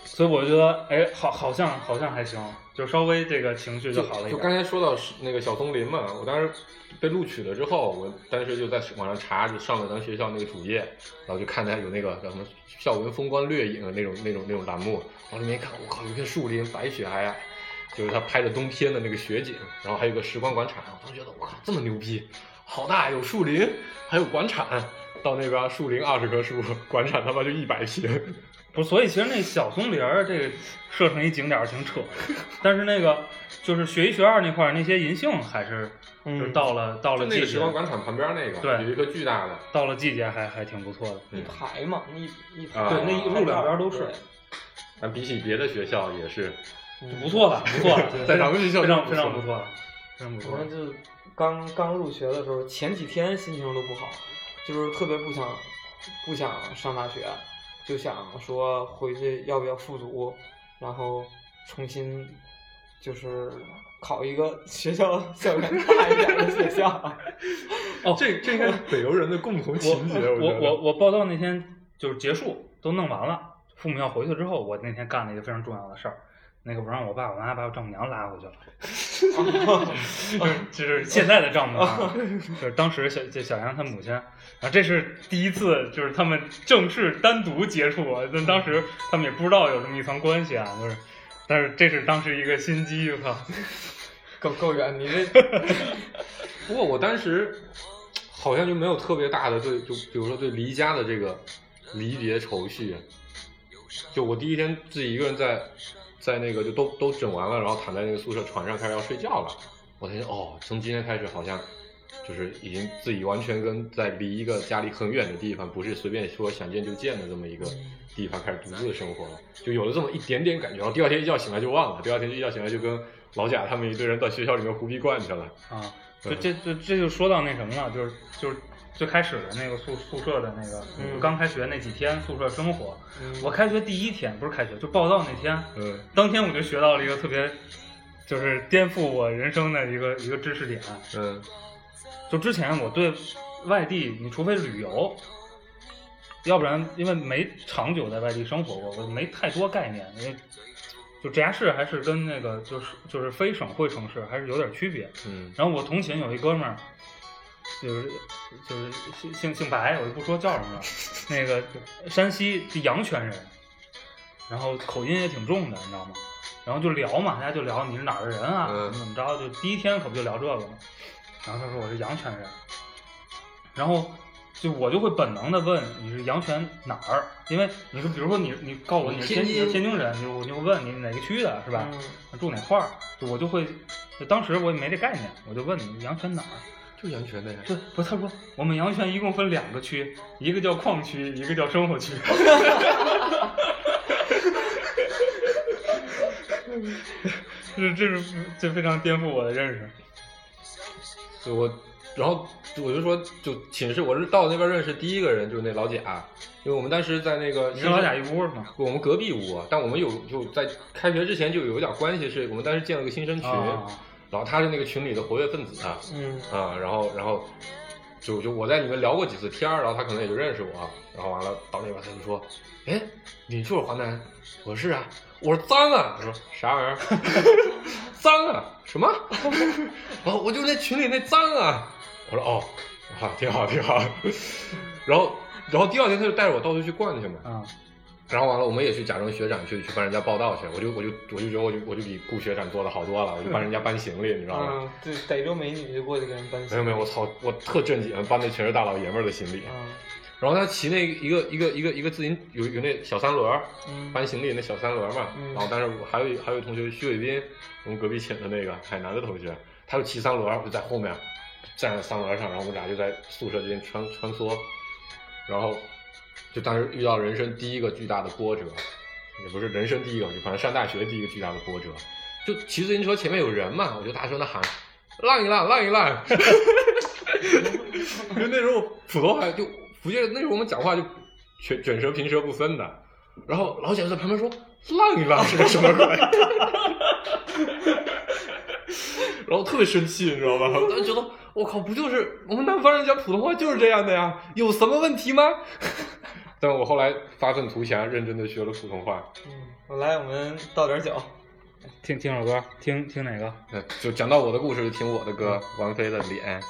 Speaker 4: 所以我觉得哎，好好像好像还行，就稍微这个情绪就好了一
Speaker 3: 就刚
Speaker 4: 点。
Speaker 3: 才说到是那个小松林嘛，我当时被录取了之后，我当时就在网上查，就上了咱学校那个主页，然后就看它有那个叫什么校园风光掠影那种那种那种栏目，往里面一看，我靠，有一片树林，白雪皑皑。就是他拍的冬天的那个雪景，然后还有个时光广场，我当时觉得我靠这么牛逼，好大，有树林，还有广场，到那边树林二十棵树，广场他妈就一百平，
Speaker 4: 不是，所以其实那小松林儿这个设成一景点儿挺扯的，但是那个就是学一学二那块儿那些银杏还是就是
Speaker 2: 嗯
Speaker 4: 到了、到
Speaker 3: 就
Speaker 4: 了
Speaker 3: 那
Speaker 4: 季
Speaker 3: 个
Speaker 4: 节
Speaker 3: 时光广场旁边那个，
Speaker 4: 对
Speaker 3: 有一个巨大的，
Speaker 4: 到了季节还还挺不错的。
Speaker 2: 一
Speaker 3: 嗯，
Speaker 2: 排嘛，一一排
Speaker 3: 啊，
Speaker 4: 对那一路两边都是
Speaker 2: 对
Speaker 3: 但比起别的学校也是，
Speaker 2: 嗯
Speaker 4: 不错了，不错了
Speaker 3: ，在咱们学校
Speaker 4: 非常非
Speaker 3: 真
Speaker 4: 常
Speaker 3: 不错
Speaker 4: 不错了，非常不
Speaker 2: 我
Speaker 4: 错了
Speaker 2: 们。就刚刚入学的时候，前几天心情都不好，就是特别不想不想上大学，就想说回去要不要复读，然后重新就是考一个学校校园大一点的学校。
Speaker 4: 哦
Speaker 3: 这这应 该是北邮人的共同情节，
Speaker 4: 我
Speaker 3: 觉
Speaker 4: 我我
Speaker 3: 得。
Speaker 4: 我报道那天就是结束都弄完了，父母要回去之后，我那天干了一个非常重要的事儿，那个我让我爸我妈把我丈母娘拉回 去了，就是 现在的丈母娘，就是当时小这小杨他母亲，然后这是第一次就是他们正式单独接触，那当时他们也不知道有这么一层关系啊，就是，但是这是当时一个心机，我操，
Speaker 2: 够够远，你 这
Speaker 3: 不过我当时好像就没有特别大的对，就比如说对离家的这个离别愁绪。就我第一天自己一个人在在那个就都都整完了，然后躺在那个宿舍床上开始要睡觉了，我才觉得哦，从今天开始好像就是已经自己完全跟在离一个家里很远的地方，不是随便说想见就见的这么一个地方开始独自的生活了，就有了这么一点点感觉。然后第二天一觉醒来就忘了，第二天一觉醒来就跟老贾他们一堆人到学校里面胡逼惯去了。
Speaker 4: 啊，就
Speaker 3: 对
Speaker 4: 这这这就说到那什么了，就是就是最开始的那个宿宿舍的那个，
Speaker 2: 嗯
Speaker 4: 就刚开学那几天宿舍生活。
Speaker 2: 嗯
Speaker 4: 我开学第一天不是开学，就报道那天，
Speaker 3: 嗯，
Speaker 4: 当天我就学到了一个特别，就是颠覆我人生的一个一个知识点。
Speaker 3: 嗯，
Speaker 4: 就之前我对外地，你除非旅游，要不然因为没长久在外地生活过，我没太多概念，因为就直辖市还是跟那个就是就是非省会城市还是有点区别。
Speaker 3: 嗯，
Speaker 4: 然后我同寝有一哥们儿，就是就是姓姓姓白，我就不说叫什么了，那个山西阳泉人，然后口音也挺重的，你知道吗？然后就聊嘛，大家就聊你是哪儿的人啊，
Speaker 3: 嗯
Speaker 4: 怎么怎么着，就第一天可不就聊这个嘛。然后他说我是阳泉人，然后就我就会本能的问你是阳泉哪儿，因为你说比如说你你告诉我你是天
Speaker 3: 天津
Speaker 4: 你是天津人，你我就会问你哪个区的是吧？
Speaker 2: 嗯
Speaker 4: 住哪块儿，就我就会，就当时我也没这概念，我就问你阳泉哪儿？
Speaker 3: 就阳泉的呀。
Speaker 4: 对，不是他说我们阳泉一共分两个区，一个叫矿区，一个叫生活区。 这这是这非常颠覆我的认识。
Speaker 3: 对我，然后我就说，就寝室，我是到那边认识第一个人就是那老贾，因为我们当时在那个
Speaker 4: 你跟老贾一屋是吗？
Speaker 3: 我们隔壁屋，但我们有就在开学之前就有一点关系，是我们当时建了个新生群，
Speaker 4: 啊
Speaker 3: 然后他是那个群里的活跃分子啊，
Speaker 2: 嗯
Speaker 3: 啊，然后然后就就我在里面聊过几次天儿，然后他可能也就认识我，啊然后完了到那边他就说，哎，你就是华南？我说是啊，我说脏啊，他说啥玩意儿？ 脏啊？什么？ 哦，我就那群里那脏啊，我说哦，好，挺好挺好，然后然后第二天他就带着我到处去逛去嘛，
Speaker 4: 啊
Speaker 3: 然后完了，我们也去假装学长去去帮人家报道去，我就我就我就觉得我就我就比顾学长做的好多了，我就帮人家搬行李，你知道吗？
Speaker 2: 嗯，对，逮着美女就过去给人搬。
Speaker 3: 没有没有，我操，我特正经，搬的全是大老爷们儿的行李。
Speaker 2: 嗯
Speaker 3: 然后他骑那一个一个一个一个自行有有那小三轮儿
Speaker 2: 嗯
Speaker 3: 搬行李那小三轮儿嘛。
Speaker 2: 嗯
Speaker 3: 然后但是我还有一还有一同学徐伟斌，我们隔壁寝的那个海南的同学，他就骑三轮儿，我就在后面站在三轮儿上，然后我们俩就在宿舍之间穿穿梭，然后就当时遇到人生第一个巨大的波折，也不是人生第一个，就反正上大学第一个巨大的波折，就骑自行车前面有人嘛，我就大声的喊浪一浪，浪一浪。 就那时候普通话就福建人那时候我们讲话就卷卷舌平舌不分的，然后老蒋在旁边说浪一浪是个什么鬼， 然后特别生气，你知道吧？我就觉得我靠，不就是我们南方人讲普通话就是这样的呀，有什么问题吗？ 但我后来发愤图强，认真的学了普通话。
Speaker 2: 嗯，我来，我们倒点酒。
Speaker 4: 听听首歌，听听哪个？
Speaker 3: 那就讲到我的故事，就听我的歌，王菲的《脸》。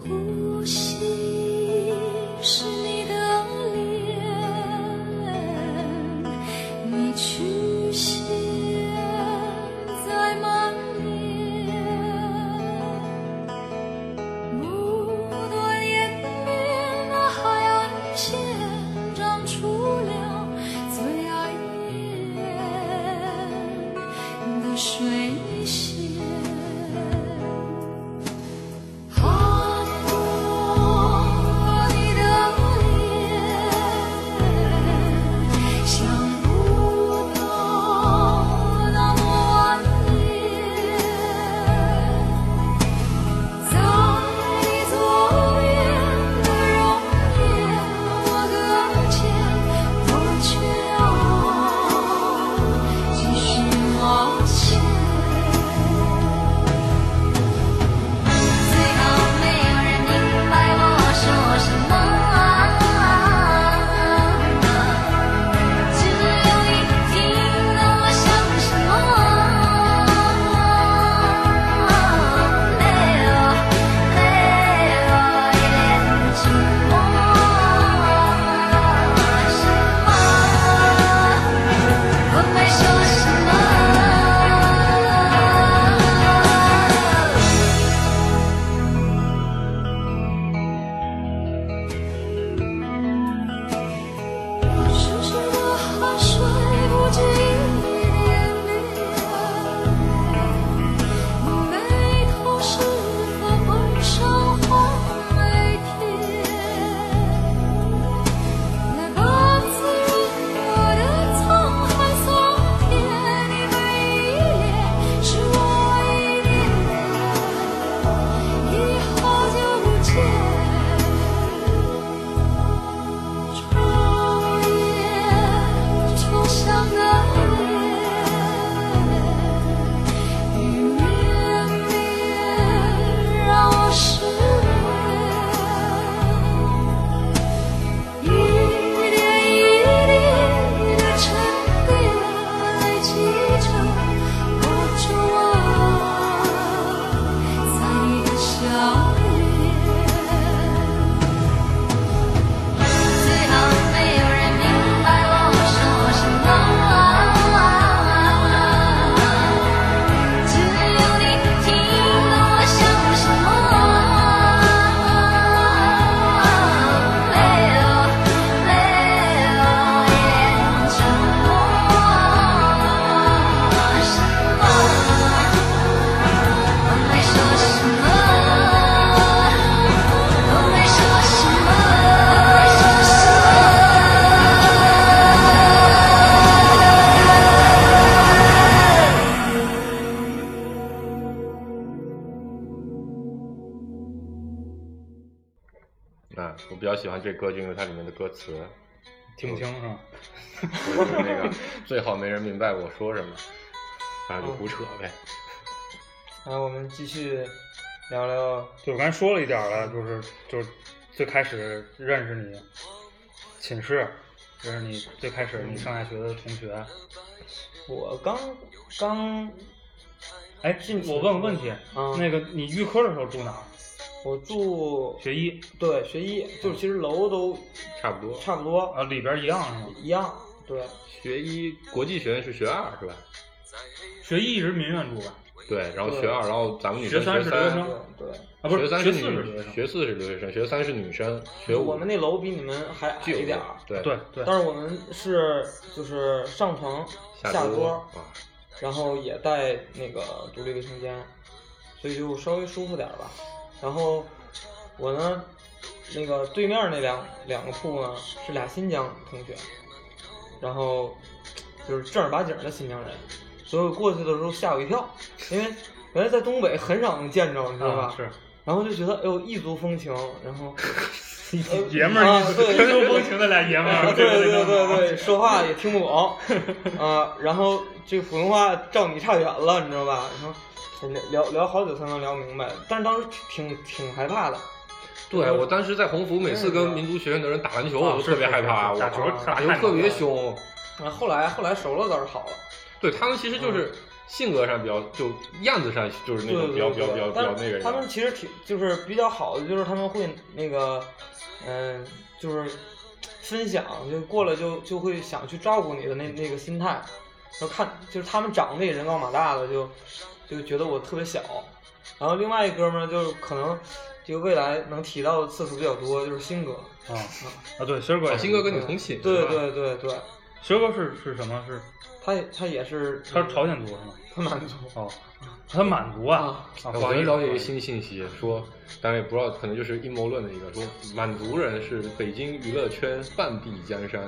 Speaker 6: 呼吸是你的脸，
Speaker 3: 啊，我比较喜欢这歌，就因为它里面的歌词，
Speaker 2: 听不清是
Speaker 4: 啊
Speaker 2: 吧？
Speaker 3: 就是那 个最好没人明白我说什么，然后就胡扯呗。
Speaker 2: 然后我们继续聊聊，
Speaker 4: 就我刚才说了一点儿了，就是就是最开始认识你，寝室认识你最开始你上大学的同学。
Speaker 2: 我刚刚
Speaker 4: 哎，我问个问题，
Speaker 2: 嗯
Speaker 4: 那个你预科的时候住哪儿？
Speaker 2: 我住
Speaker 4: 学医
Speaker 2: 对学医，就是其实楼都
Speaker 3: 差不多。
Speaker 2: 差不多
Speaker 4: 啊，里边儿一样是吗？
Speaker 2: 一样，对，
Speaker 3: 学医国际学院是学二是吧？
Speaker 4: 学医一直民院住吧？
Speaker 3: 对，然后学二，然后咱们女生
Speaker 4: 学三
Speaker 3: 学
Speaker 4: 是留学
Speaker 3: 三
Speaker 4: 生，
Speaker 2: 对对。
Speaker 4: 啊，不是
Speaker 3: 学三
Speaker 4: 学四
Speaker 3: 是
Speaker 4: 是留
Speaker 3: 女，
Speaker 4: 学生。
Speaker 3: 学四是留学生，学三是女生，学五
Speaker 2: 嗯我们那楼比你们还矮
Speaker 3: 就有
Speaker 2: 一点啊儿，
Speaker 3: 对
Speaker 4: 对对，
Speaker 2: 但是我们是就是上层
Speaker 3: 下
Speaker 2: 桌，
Speaker 3: 啊，
Speaker 2: 然后也带那个独立卫生间，所以就稍微舒服点儿吧。然后我呢，那个对面那两两个铺呢是俩新疆同学，然后就是正儿八经的新疆人，所以我过去的时候吓我一跳，因为原来在东北很少能见着，你知道吧
Speaker 4: 啊？是。
Speaker 2: 然后就觉得哎呦异族风情，然后
Speaker 4: 爷们儿
Speaker 2: 啊
Speaker 4: 意思，
Speaker 2: 对
Speaker 4: 春秋风情的俩爷们
Speaker 2: 啊
Speaker 4: 儿，
Speaker 2: 对
Speaker 4: 不
Speaker 2: 对对对，说话也听不懂， 啊，然后这普通话照你差远了，你知道吧？然后聊聊聊好久才能聊明白，但是当时挺挺害怕的，
Speaker 3: 对我当时在鸿福，每次跟民族学院的人打篮球，我都特别害怕，我
Speaker 4: 打球
Speaker 3: 打球特别。凶。
Speaker 2: 啊然后后来后来熟了倒是好了，
Speaker 3: 对他们其实就是性格上比较，就样子上就是那
Speaker 2: 对
Speaker 3: 种
Speaker 2: 对
Speaker 3: 比较比
Speaker 2: 对
Speaker 3: 较比较
Speaker 2: 对，
Speaker 3: 比较
Speaker 2: 但
Speaker 3: 那个
Speaker 2: 是他们
Speaker 3: 人。啊
Speaker 2: 其实挺就是比较好的，就是他们会那个，嗯，就是分享，就过来就就会想去照顾你的那那个心态，然后看就是他们长得也人高马大的，就就觉得我特别小，然后另外一哥们儿就是可能就未来能提到的次数比较多，就是新哥，
Speaker 4: 啊啊，对，新儿哥也
Speaker 3: 小
Speaker 4: 是，
Speaker 3: 新哥跟你同寝，
Speaker 2: 对
Speaker 3: 是吧，
Speaker 2: 对对对，
Speaker 4: 新儿哥是是什么？是
Speaker 2: 他也他也是嗯
Speaker 4: 他是朝鲜族是吗？
Speaker 2: 他满族，
Speaker 4: 哦，他满族啊
Speaker 2: 啊，
Speaker 4: 啊，不
Speaker 3: 我
Speaker 4: 好意
Speaker 3: 们
Speaker 4: 思
Speaker 3: 了解一个新信息，说，当然也不知道，可能就是阴谋论的一个，说满族人是北京娱乐圈半壁江山。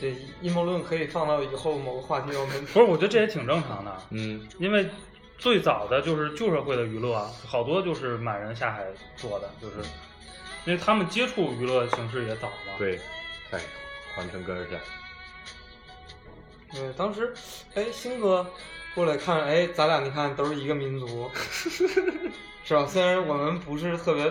Speaker 2: 这阴谋论可以放到以后某个话题上我们
Speaker 4: 不是，我觉得这也挺正常的，
Speaker 3: 嗯，
Speaker 4: 因为最早的就是旧社会的娱乐，啊好多就是满人下海做的，就是因为他们接触娱乐形式也早嘛。，
Speaker 3: 对，哎，皇城根儿山。
Speaker 2: 对，当时，哎，新哥过来看，哎，咱俩你看都是一个民族，是吧？虽然我们不是特别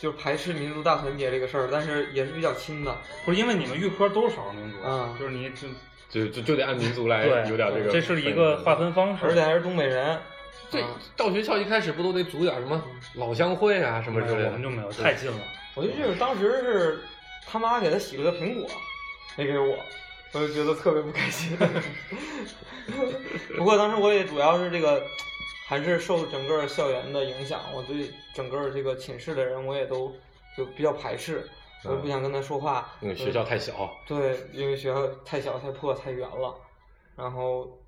Speaker 2: 就是排斥民族大团结这个事儿，但是也是比较亲的。
Speaker 4: 不是因为你们预科都是少数民族
Speaker 2: 啊
Speaker 4: 就是你就
Speaker 3: 就就就得按民族来，
Speaker 4: 对，
Speaker 3: 哎有点这个。
Speaker 4: 这是一个嗯划。分方式，
Speaker 2: 而且还是东北人，
Speaker 3: 对
Speaker 2: 啊，
Speaker 3: 到学校一开始不都得组点什么老乡会啊什么之类的？
Speaker 4: 我们就没有太近了。
Speaker 2: 我就记得当时是他妈给他洗了个苹果，没给我，我就觉得特别不开心。 不过当时我也主要是这个，还是受整个校园的影响，我对整个这个寝室的人我也都就比较排斥，我也不想跟他说话。
Speaker 3: 因为学校太小。
Speaker 2: 对，因为学校太小、太破、太远了，然后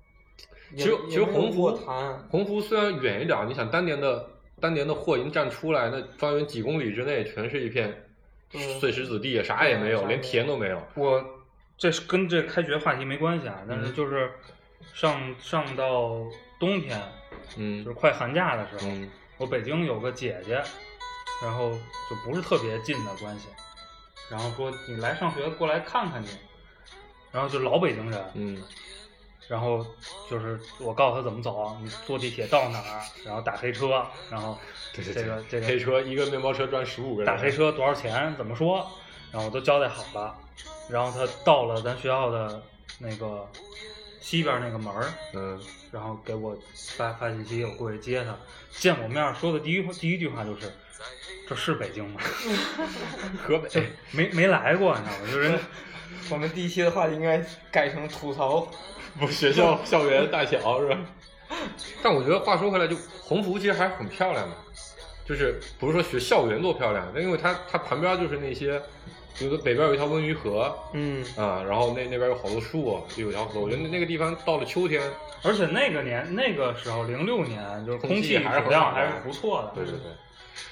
Speaker 3: 其
Speaker 2: 也
Speaker 3: 实其实
Speaker 2: 也没有
Speaker 3: 鸿
Speaker 2: 过
Speaker 3: 福
Speaker 2: 谈，
Speaker 3: 鸿福虽然远一点，你想当年的当年的霍营站出来，那方圆几公里之内全是一片
Speaker 2: 对
Speaker 3: 碎石子地，啥也没有，
Speaker 2: 啥也没有
Speaker 3: 连田都没有。
Speaker 4: 我这是跟这开学话题没关系啊，但
Speaker 3: 嗯
Speaker 4: 是就是上上到冬天，就
Speaker 3: 嗯
Speaker 4: 是快寒假的时候，
Speaker 3: 嗯
Speaker 4: 我北京有个姐姐，然后就不是特别近的关系，然后说你来上学过来看看你，然后就老北京人，
Speaker 3: 嗯，
Speaker 4: 然后就是我告诉他怎么走，你坐地铁到哪儿，然后打黑车，然后
Speaker 3: 对对
Speaker 4: 这个这
Speaker 3: 对，
Speaker 4: 个
Speaker 3: 黑车一个面包车转十五个人，
Speaker 4: 打黑车多少钱，怎么说，然后我都交代好了。然后他到了咱学校的那个西边那个门儿，
Speaker 3: 嗯，
Speaker 4: 然后给我发发信息，我过去接他。见我面儿说的第一第一句话 就是：“这是北京 吗？
Speaker 3: 河北
Speaker 4: 没没来过，你知道吗？就是人
Speaker 2: 我们第一期的话题应该改成吐槽，
Speaker 3: 不学 校校园大小是吧？ 但我觉得话说回来就，鸿福其实还是很漂亮的，就是不是说学校园多漂亮，那因为它它旁边就是那些，比如说北边有一条温榆河
Speaker 2: 嗯，
Speaker 3: 啊、然后那那边有好多树，就有条河。我觉得那那个地方到了秋天，
Speaker 4: 而且那个年那个时候零六年，就是
Speaker 3: 空
Speaker 4: 空
Speaker 3: 气
Speaker 4: 气质
Speaker 3: 还是很好
Speaker 4: 量
Speaker 3: 的
Speaker 4: 还是不错的。
Speaker 3: 对对对，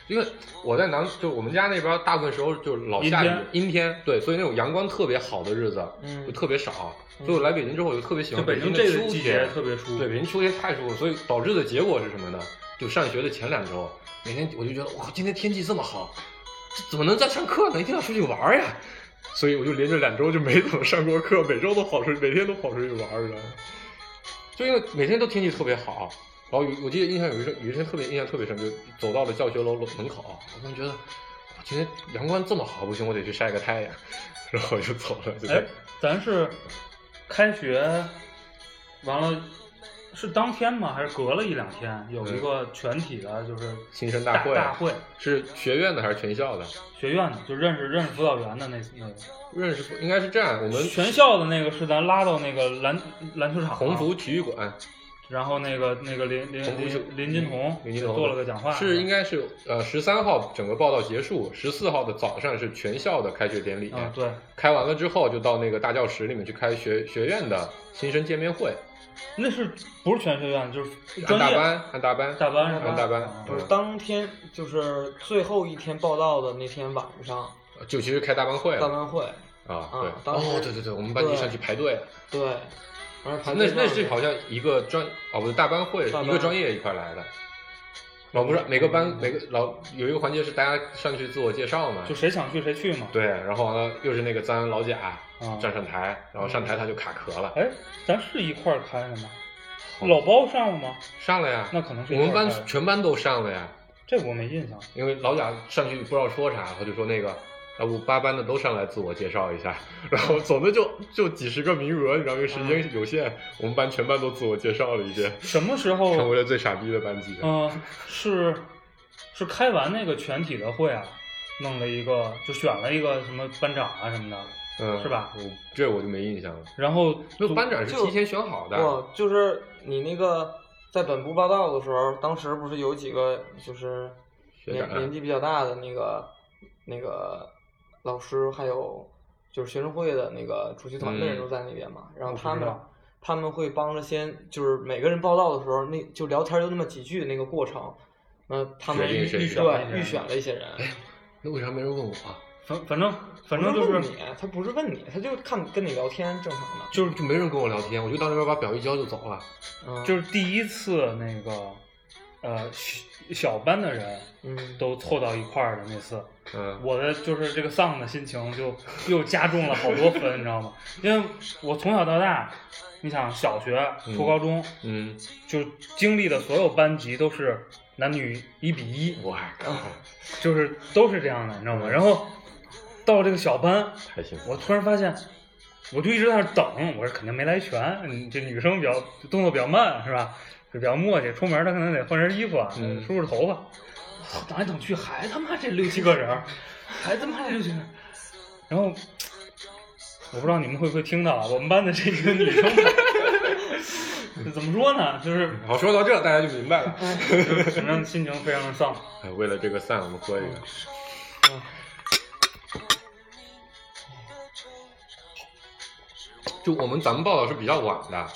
Speaker 3: 因为我在南，就我们家那边大部分时候就是老下雨，阴天，对，所以那种阳光特别好的日子
Speaker 2: 嗯
Speaker 3: 就特别少。所以我来北京之后，我就特别喜
Speaker 4: 就
Speaker 3: 欢
Speaker 4: 北
Speaker 3: 京
Speaker 4: 京
Speaker 3: 的
Speaker 4: 这
Speaker 3: 秋
Speaker 4: 个季节
Speaker 3: 天
Speaker 4: 特别舒服。
Speaker 3: 对，北京秋天太舒服，所以导致的结果是什么呢？就上学的前两周，每天我就觉得哇，今天天气这么好，这怎么能在上课呢？一定要出去玩儿呀！所以我就连着两周就没怎么上过课，每周都跑出去，每天都跑出去玩儿，你知道吗？就因为每天都天气特别好，然后有我记得印象有一阵有一天特别印象特别深，就走到了教学楼楼门口，我突然觉得哇今天阳光这么好，不行，我得去晒个太阳， 然后我就走了，就在
Speaker 4: 哎，咱是开学完了，是当天吗？还是隔了一两天有一个全体的，就是
Speaker 3: 新生
Speaker 4: 大
Speaker 3: 会，
Speaker 4: 大会
Speaker 3: 是学院的还是全校的？
Speaker 4: 学院的，就认识认识辅导员的那那个。
Speaker 3: 认识应该是这样，我们
Speaker 4: 全校的那个是咱拉到那个篮篮球场，啊
Speaker 3: 鸿福，体育馆
Speaker 4: 然后那个那个林林
Speaker 3: 鸿福嗯
Speaker 4: 林林金童
Speaker 3: 林金童
Speaker 4: 做了个讲话，
Speaker 3: 是应该是呃十三号整个报道结束，十四号的早上是全校的开学典礼，
Speaker 4: 啊对，
Speaker 3: 开完了之后就到那个大教室里面去开学学院的新生见面会，
Speaker 4: 那是不是全学院？就是
Speaker 3: 按
Speaker 4: 专
Speaker 3: 大
Speaker 4: 业
Speaker 3: 班按大班
Speaker 4: 大班是吧？
Speaker 3: 按大班
Speaker 4: 啊，
Speaker 2: 就是
Speaker 3: 嗯
Speaker 2: 当天，就是最后一天报道的那天晚上，
Speaker 3: 就其实开大班会
Speaker 2: 大
Speaker 3: 了
Speaker 2: 班会，
Speaker 3: 啊，
Speaker 2: 啊
Speaker 3: 对，
Speaker 2: 当时
Speaker 3: 哦对对对，我们班级上去排队，
Speaker 2: 对，而排
Speaker 3: 那
Speaker 2: 队
Speaker 3: 那
Speaker 2: 上
Speaker 3: 是
Speaker 2: 面
Speaker 3: 好像一个专哦不是大班会
Speaker 2: 大班
Speaker 3: 一个专业一块来的。哦，不是每个班每个老有一个环节是大家上去自我介绍嘛，
Speaker 4: 就谁想去谁去嘛。
Speaker 3: 对，然后呢，又是那个咱老贾
Speaker 4: 啊
Speaker 3: 站上台，然后上台他就卡壳了，
Speaker 4: 哎，咱是一块儿开的吗？老包上了吗？
Speaker 3: 上了呀。
Speaker 4: 那可能是
Speaker 3: 我
Speaker 4: 一块
Speaker 3: 们
Speaker 4: 儿
Speaker 3: 班
Speaker 4: 开的
Speaker 3: 全班都上了呀，
Speaker 4: 这我没印象。
Speaker 3: 因为老贾上去不知道说啥，他就说那个，要不八班的都上来自我介绍一下， 然后总的就就几十个名额，你知道因为时
Speaker 4: 啊
Speaker 3: 间有限，我们班全班都自我介绍了一遍，
Speaker 4: 什么时 候？
Speaker 3: 成为了最傻逼的班级。
Speaker 4: 嗯、是是开完那个全体的会啊，弄了一个就选了一个什么班长啊什么的，
Speaker 3: 嗯，
Speaker 4: 是吧
Speaker 3: 我？这我就没印象了。
Speaker 4: 然后
Speaker 3: 那
Speaker 4: 组
Speaker 3: 班长是
Speaker 2: 就
Speaker 3: 提前选好
Speaker 4: 哦
Speaker 3: 的，
Speaker 2: 不，就是你那个在本部报道的时候，当时不是有几个就是
Speaker 3: 学
Speaker 2: 年
Speaker 3: 长啊
Speaker 2: 年纪比较大的那个那个老师，还有就是学生会的那个主席团的人
Speaker 3: 嗯
Speaker 2: 都在那边嘛，然后
Speaker 4: 我不
Speaker 2: 他
Speaker 4: 知
Speaker 2: 们
Speaker 4: 道
Speaker 2: 他们会帮着先就是每个人报道的时候，那就聊天就那么几句那个过程，那他们
Speaker 3: 决定
Speaker 2: 预
Speaker 3: 谁
Speaker 2: 预
Speaker 3: 选
Speaker 4: 了一些
Speaker 2: 对
Speaker 4: 人
Speaker 2: 预选了一些 人。
Speaker 3: 那为啥没人问我啊？
Speaker 4: 反反正反正
Speaker 2: 不
Speaker 4: 就是
Speaker 2: 问
Speaker 4: 是
Speaker 2: 你，他不是问你，他就看跟你聊天正常的。
Speaker 3: 就是就没人跟我聊天，我就到那边把表一交就走了。
Speaker 2: 嗯，
Speaker 4: 就是第一次那个呃小小班的人
Speaker 2: 嗯，
Speaker 4: 都凑到一块儿的那次，
Speaker 3: 嗯，
Speaker 4: 我的就是这个丧的心情就又加重了好多分，你知道吗？因为我从小到大，你想小学、初高中，
Speaker 3: 嗯，
Speaker 4: 就经历的所有班级都是男女一比一，
Speaker 3: 我靠，
Speaker 4: 就是都是这样的，你知道吗？然后到这个小班，
Speaker 3: 太幸福
Speaker 4: 我
Speaker 3: 了。
Speaker 4: 突然发现，我就一直在那儿等，我说肯定没来全，嗯这女生比较动作比较慢，是吧？就比较磨叽，出门她可能得换身衣服啊，
Speaker 3: 嗯
Speaker 4: 梳梳头发。操等来等去，还他妈这六七个人儿，还他妈这六七个人儿，然后。我不知道你们会不会听到啊，我们班的这个女生们， 怎么说呢？就是
Speaker 3: 好，说到这大家就明白了。
Speaker 4: 反正心情非常的丧。
Speaker 3: 哎为了这个散，我们喝一个。就我们咱们报道是比较晚的，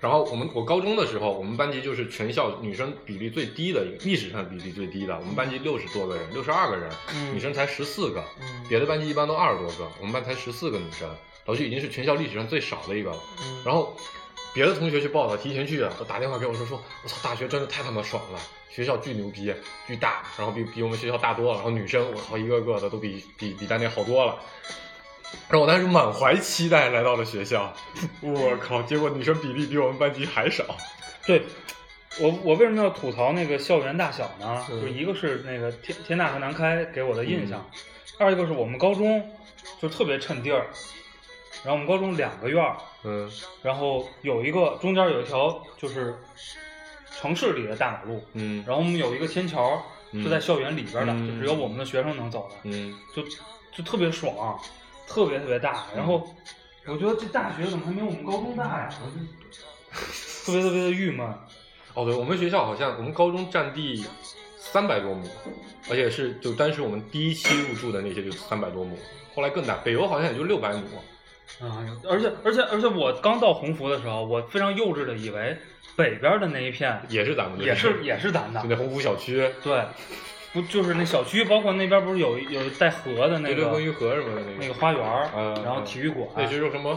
Speaker 3: 然后我们我高中的时候，我们班级就是全校女生比例最低的一个，历史上比例最低的。我们班级六十多个人，六十二个人，
Speaker 2: 嗯
Speaker 3: 女生才十四个，
Speaker 2: 嗯
Speaker 3: 别的班级一般都二十多个，我们班才十四个女生，老师已经是全校历史上最少的一个了。
Speaker 2: 嗯
Speaker 3: 然后别的同学去报道，提前去啊，都打电话给我说说，我操，大学真的太他妈爽了，学校巨牛逼，啊巨大，然后比比我们学校大多了，然后女生，我操，一个个的都比比比当年好多了。然后我当时满怀期待来到了学校， 我靠！结果女生比例比我们班级还少。
Speaker 4: 对，我我为什么要吐槽那个校园大小呢？
Speaker 3: 嗯
Speaker 4: 就是一个是那个天天大和南开给我的印象，二一个是我们高中就特别趁地儿，然后我们高中两个院儿，
Speaker 3: 嗯
Speaker 4: 然后有一个中间有一条就是城市里的大马路，
Speaker 3: 嗯
Speaker 4: 然后我们有一个天桥是在校园里边的，
Speaker 3: 嗯
Speaker 4: 就只有我们的学生能走的，
Speaker 3: 嗯，
Speaker 4: 就就特别爽，特别特别大。然后我觉得这大学怎么还没我们高中大呀？我就 特别特别的郁闷。
Speaker 3: 哦对，我们学校好像我们高中占地三百多亩，而且是就当时我们第一期入住的那些就三百多亩，后来更大，北邮好像也就六百亩。
Speaker 4: 啊，而且而且而且，我刚到鸿福的时候，我非常幼稚的以为北边的那一片
Speaker 3: 也是咱们的，
Speaker 4: 也是也是咱的
Speaker 3: 就，那鸿福小区，
Speaker 4: 对，不就是那小区，包括那边不是有有带河的那
Speaker 3: 对对，
Speaker 4: 个
Speaker 3: 温榆河什么的那
Speaker 4: 那个
Speaker 3: 个，
Speaker 4: 花园儿
Speaker 3: 嗯，
Speaker 4: 然后体育馆，
Speaker 3: 那就是什么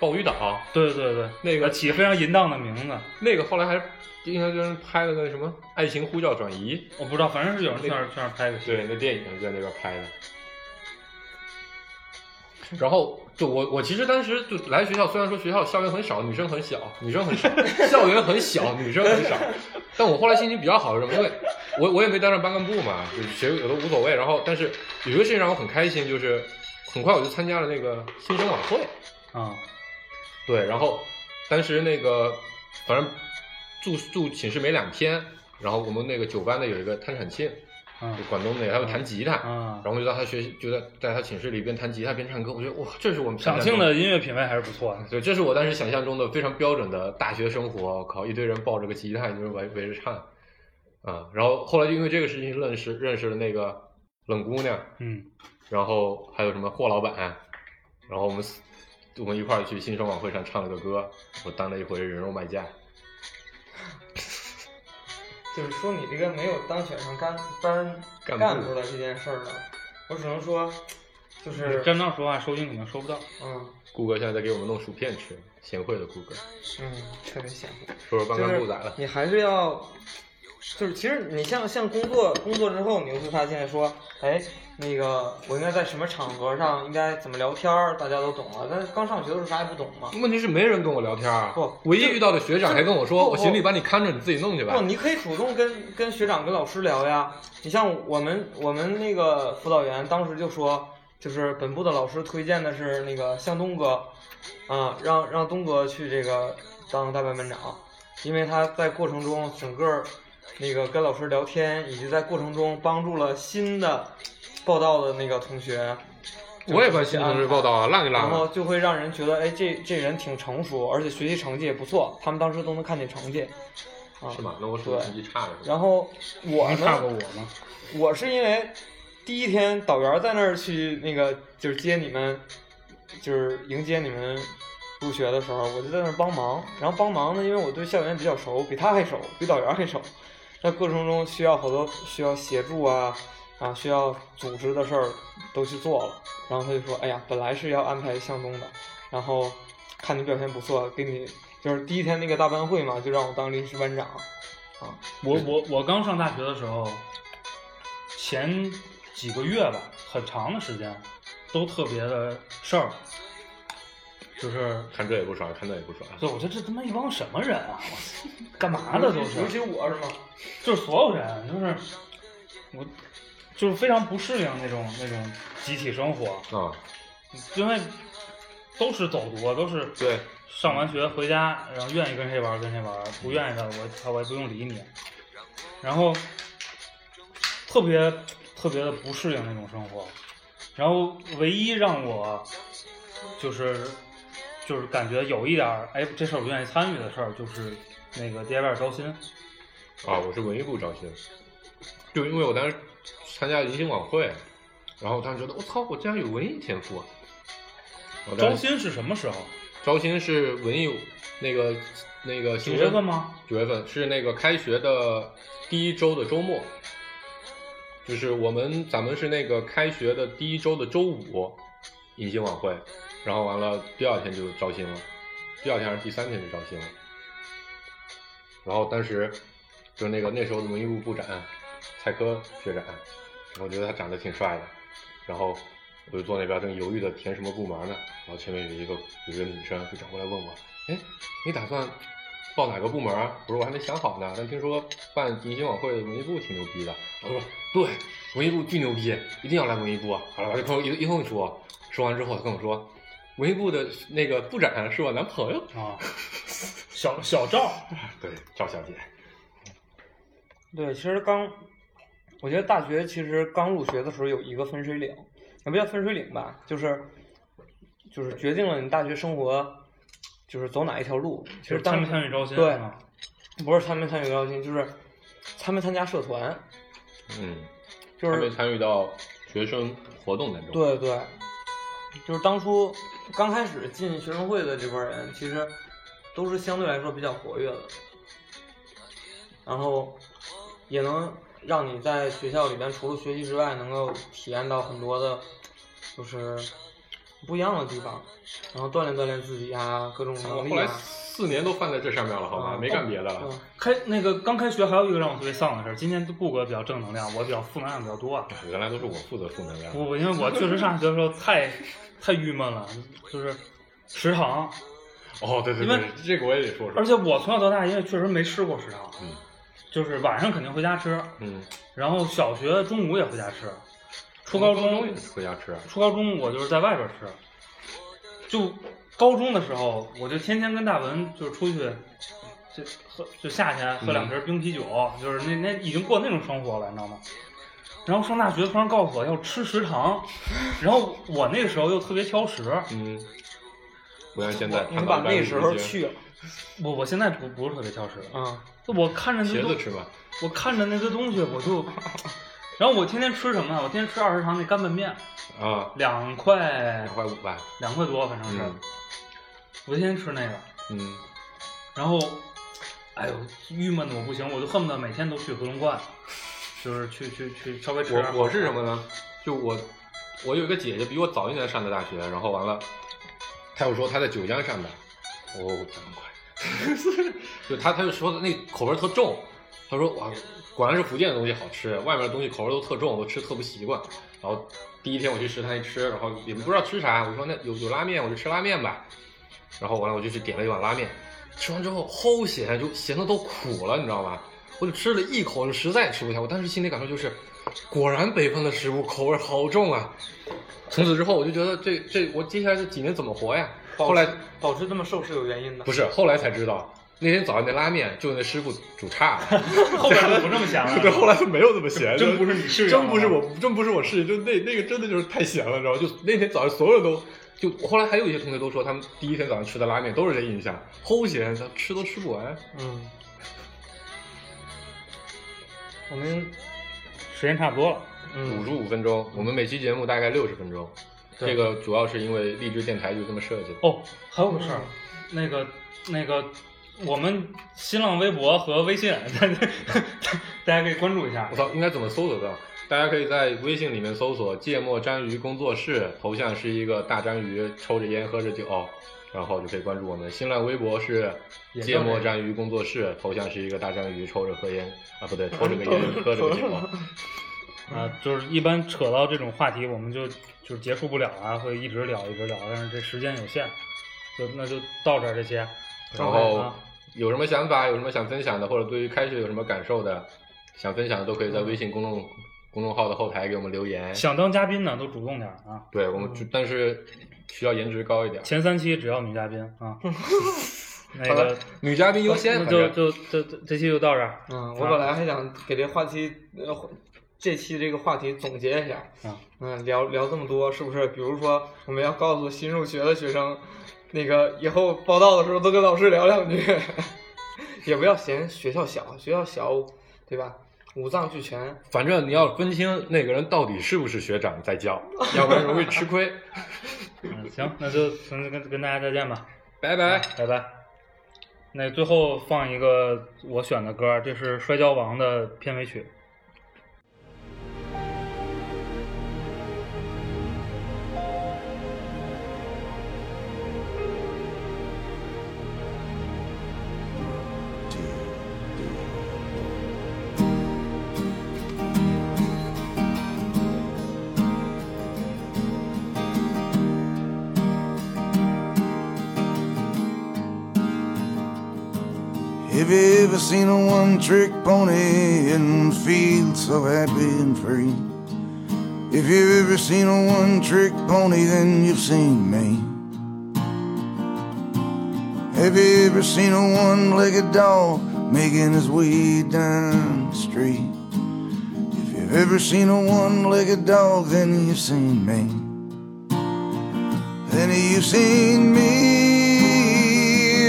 Speaker 3: 鲍鱼岛
Speaker 4: 对对对，
Speaker 3: 那个
Speaker 4: 起非常淫荡的名字，
Speaker 3: 那个后来还应该就是拍了个什么《爱情呼叫转移》，
Speaker 4: 我不知道，反正是有人去那儿去那儿拍的。
Speaker 3: 对，那电影就在那边拍的。然后就我我其实当时就来学校，虽然说学校校园很少，女生很小，女生很少，校园很小，女生很少。但我后来心情比较好是什么？因为我我也没当上班干部嘛，就是学有的无所谓。然后但是有一个事情让我很开心，就是很快我就参加了那个新生晚会。
Speaker 4: 啊，
Speaker 3: 对，然后当时那个反正住住寝室没两天，然后我们那个九班的有一个谭产庆，
Speaker 4: 啊
Speaker 3: 就广东那个，他会弹吉他，
Speaker 4: 啊
Speaker 3: 然，后我就在他学习，就在在他寝室里边弹吉他边唱歌，我觉得哇，这是我们想
Speaker 4: 赏
Speaker 3: 象
Speaker 4: 庆
Speaker 3: 中
Speaker 4: 的，音乐品味还是不错的。
Speaker 3: 对，这是我当时想象中的非常标准的大学生活。我靠，一堆人抱着个吉他，一堆人围围着唱，啊，然后后来就因为这个事情认识认识了那个冷姑娘，
Speaker 4: 嗯，
Speaker 3: 然后还有什么霍老板，然后我们四我们一块儿去新生晚会上唱了个歌，我当了一回人肉卖价。
Speaker 2: 就是说你这个没有当选上干班
Speaker 3: 干部
Speaker 2: 干部的这件事儿呢，我只能说，就是
Speaker 4: 站那说话收音可能收不到。
Speaker 2: 嗯
Speaker 3: 顾哥现在在给我们弄薯片吃，贤惠的顾哥，
Speaker 2: 嗯，特别羡慕。
Speaker 3: 说说班
Speaker 2: 就
Speaker 3: 干
Speaker 2: 是
Speaker 3: 部咋了？
Speaker 2: 你还是要，就是其实你像像工作工作之后，你会发现说，哎，那个我应该在什么场合上应该怎么聊天儿，大家都懂了。但是刚上学的时候啥也不懂嘛。
Speaker 3: 问题是没人跟我聊天啊
Speaker 2: 不，
Speaker 3: 唯一遇到的学长还跟我说，
Speaker 2: 不
Speaker 3: 我行李帮你看着，你自己弄去吧
Speaker 2: 不，。哦你可以主动跟跟学长、跟老师聊呀。你像我们我们那个辅导员当时就说，就是本部的老师推荐的是那个向东哥，啊，让让东哥去这个当大班班长，因为他在过程中整个那个跟老师聊天，以及在过程中帮助了新的报道的那个同学，
Speaker 3: 我也关心同事报道啊，浪一
Speaker 2: 然
Speaker 3: 浪
Speaker 2: 后
Speaker 3: 啊。
Speaker 2: 就会让人觉得，哎，这这人挺成熟，而且学习成绩也不错，他们当时都能看见成绩，啊，
Speaker 3: 哦是吗？那我手
Speaker 2: 对
Speaker 3: 成绩差了是吧？
Speaker 2: 然后我
Speaker 4: 能
Speaker 2: 呢，
Speaker 4: 差过我吗？
Speaker 2: 我是因为第一天导员在那儿去那个就是接你们，就是迎接你们入学的时候，我就在那儿帮忙。然后帮忙呢，因为我对校园比较熟，比他还熟，比导员还熟。在过程中需要好多需要协助啊啊，需要组织的事儿都去做了。然后他就说：“哎呀，本来是要安排向东的，然后看你表现不错，给你就是第一天那个大班会嘛，就让我当临时班长。”
Speaker 4: 我我我刚上大学的时候，前几个月吧，很长的时间，都特别的事儿，就是，
Speaker 3: 看这也不爽，看那也不爽。
Speaker 4: 对，我觉得这他妈一帮什么人啊，我操干嘛的都是，
Speaker 2: 尤其我是吗？
Speaker 4: 就是所有人，就是我，就是非常不适应那种那种集体生活，
Speaker 3: 啊，
Speaker 4: 因为都是走读，啊都是
Speaker 3: 对，
Speaker 4: 上完学回家，然后愿意跟谁玩儿跟谁玩儿，不愿意的我操我也不用理你。然后特别特别的不适应那种生活，然后唯一让我就是就是感觉有一点儿哎这事儿我愿意参与的事儿，就是那个爹味儿招新。
Speaker 3: 啊，我是文艺部招新，就因为我当时参加迎新晚会，然后我当时觉得我操，我竟然有文艺天赋啊！我当
Speaker 4: 招
Speaker 3: 时
Speaker 4: 新是什么时候？
Speaker 3: 招新是文艺那个那个
Speaker 4: 九
Speaker 3: 新
Speaker 4: 月份
Speaker 3: 生
Speaker 4: 吗？
Speaker 3: 九月份是那个开学的第一周的周末，就是我们咱们是那个开学的第一周的周五迎新晚会，然后完了第二天就招新了，第二天还是第三天就招新了。然后当时就那个那时候的文艺部部长蔡科学长，我觉得他长得挺帅的，然后我就坐那边正犹豫的填什么部门呢，然后前面有一个有一个女生就转过来问我，哎，你打算报哪个部门啊？我说我还没想好呢，但听说办迎新晚会文艺部挺牛逼的。我说对，文艺部巨牛逼，一定要来文艺部啊！好了，我就跟我一一通说，说完之后他跟我说，文艺部的那个部长是我男朋友。
Speaker 4: 啊，小小赵
Speaker 3: 对，赵小姐，
Speaker 2: 对，其实刚，我觉得大学其实刚入学的时候有一个分水岭，也不叫分水岭吧，就是就是决定了你大学生活就是走哪一条路。其实
Speaker 4: 就是参
Speaker 2: 当
Speaker 4: 没参与招新？啊
Speaker 2: 对，不是参没参与高新，就是参没参加社团，
Speaker 3: 嗯，
Speaker 2: 就
Speaker 3: 还没
Speaker 2: 是
Speaker 3: 参与到学生活动当中。，
Speaker 2: 对对，就是当初刚开始进学生会的这波人，其实都是相对来说比较活跃的，然后也能让你在学校里边除了学习之外，能够体验到很多的，就是不一样的地方，然后锻炼锻炼自己啊，各种
Speaker 3: 我
Speaker 2: 能
Speaker 3: 后
Speaker 2: 力
Speaker 3: 来
Speaker 2: 啊。
Speaker 3: 四年都放在这上面了，好吧，
Speaker 2: 嗯
Speaker 3: 没干别的了。
Speaker 2: 嗯，
Speaker 4: 开那个刚开学还有一个让我特别丧的事儿，今天布哥比较正能量，我比较负能量比较多啊。
Speaker 3: 嗯原来都是我负责负能量。
Speaker 4: 不不，因为我确实上学的时候太太郁闷了，就是食堂，
Speaker 3: 哦，对对
Speaker 4: 因为
Speaker 3: 对，这个我也得说
Speaker 4: 而
Speaker 3: 说。
Speaker 4: 且我从小到大因为确实没吃过食堂，
Speaker 3: 嗯
Speaker 4: 就是晚上肯定回家吃，
Speaker 3: 嗯，
Speaker 4: 然后小学中午也回家吃，初
Speaker 3: 初
Speaker 4: 哦高
Speaker 3: 中
Speaker 4: 中
Speaker 3: 也回家吃。啊
Speaker 4: 初高中我就是在外边吃，就高中的时候我就天天跟大文就是出去，就喝就夏天喝两瓶冰啤酒，就是那那已经过那种生活了，你知道吗？然后上大学突然告诉我要吃食堂，然后我那个时候又特别挑食，
Speaker 3: 嗯，不像现在，
Speaker 2: 你
Speaker 3: 看
Speaker 2: 把
Speaker 3: 到一般
Speaker 2: 那时候
Speaker 3: 直接
Speaker 2: 去了，
Speaker 4: 我我现在不不是特别挑食，
Speaker 2: 嗯，
Speaker 4: 我看着那
Speaker 3: 啊茄
Speaker 4: 东
Speaker 3: 子吃嘛。
Speaker 4: 我看着那堆东西我 就，然后我天天吃什么呢？我天天吃二食堂那干拌面，
Speaker 3: 啊，
Speaker 4: 两块
Speaker 3: 两块五吧。
Speaker 4: 两块多，反正是，
Speaker 3: 嗯
Speaker 4: 我天天吃那个，
Speaker 3: 嗯，
Speaker 4: 然后，哎呦，郁闷的我不行，我就恨不得每天都去回龙观，就是去去去稍微吃点好的。
Speaker 3: 我我是什么呢？就我，我有一个姐姐比我早一年上的大学，然后完了，她又说她在九江上的，我我这么快， 就她她就说的那口味儿特重，她说哇，果然是福建的东西好吃，外面的东西口味儿都特重，我吃特不习惯。然后第一天我去食堂一吃，然后也不知道吃啥，我说那有有拉面，我就吃拉面吧。然后完了我就去点了一碗拉面，吃完之后齁咸，就咸的都苦了，你知道吗？我就吃了一口，就实在吃不下。我当时心里感受就是，果然北方的食物口味好重啊！从此之后，我就觉得这这我接下来这几年怎么活呀？后来
Speaker 2: 保持这么瘦是有原因的
Speaker 3: 不。是，后来才知道，那天早上那拉面就那师傅煮差了，
Speaker 4: 后边就不这么想
Speaker 3: 对，
Speaker 4: 了。
Speaker 3: 后来就没有这么咸，
Speaker 4: 真
Speaker 3: 就
Speaker 4: 不是你啊适应的
Speaker 3: 真不是我，真不是我试，就那那个真的就是太咸了，你知道吗？就那天早上所有人都。就后来还有一些同学都说，他们第一天早上吃的拉面都是这印象，齁咸，他吃都吃不完。
Speaker 2: 嗯，我们
Speaker 4: 时间差不多了，
Speaker 3: 五
Speaker 2: 嗯
Speaker 3: 十五分钟，我们每期节目大概六十分钟，
Speaker 2: 对
Speaker 3: 这个主要是因为励志电台就这么设计的。
Speaker 4: 哦，还有个事儿，那个那个，我们新浪微博和微信，大家大家可以关注一下
Speaker 3: 我。操，应该怎么搜索到？大家可以在微信里面搜索“芥末章鱼工作室”，头像是一个大章鱼抽着烟喝着酒，然后就可以关注我们。新浪微博是“芥末章鱼工作室”，头像是一个大章鱼抽着喝烟啊， 不对，抽着个烟喝着个酒。嗯
Speaker 4: 啊，就是一般扯到这种话题，我们就就是结束不了啊，会一直聊一直聊，但是这时间有限，就那就到这儿这些。啊
Speaker 3: 然后有什么想法，有什么想分享的，或者对于开学有什么感受的，想分享的都可以在
Speaker 2: 嗯
Speaker 3: 微信公众公众号的后台给我们留言。
Speaker 4: 想当嘉宾呢，都主动点儿啊！
Speaker 3: 对我们就，但是需要颜值高一点，
Speaker 4: 前三期只要女嘉宾 啊。那
Speaker 3: 好
Speaker 4: 个
Speaker 3: 的女嘉宾优先。
Speaker 4: 那
Speaker 3: 反
Speaker 4: 就
Speaker 3: 正
Speaker 4: 就这这这期就到这儿
Speaker 2: 嗯，我本来还想给这话题呃这期这个话题总结一下。
Speaker 4: 啊。
Speaker 2: 嗯，聊聊这么多，是不是？比如说，我们要告诉新入学的学生，那个以后报到的时候都跟老师聊两句， 也不要嫌学校小，学校小，对吧？五脏俱全。
Speaker 3: 反正你要分清那个人到底是不是学长在 教，要不然容易吃亏。
Speaker 4: 嗯，行，那就那就跟跟大家再见吧，
Speaker 3: 拜拜。
Speaker 4: 拜拜。那最后放一个我选的歌，这是《摔跤王》的片尾曲。
Speaker 6: Have you ever seen a one trick pony and feel so happy and free? If you've ever seen a one trick pony, then you've seen me. Have you ever seen a one legged dog making his way down the street? If you've ever seen a one legged dog, then you've seen me. Then you've seen me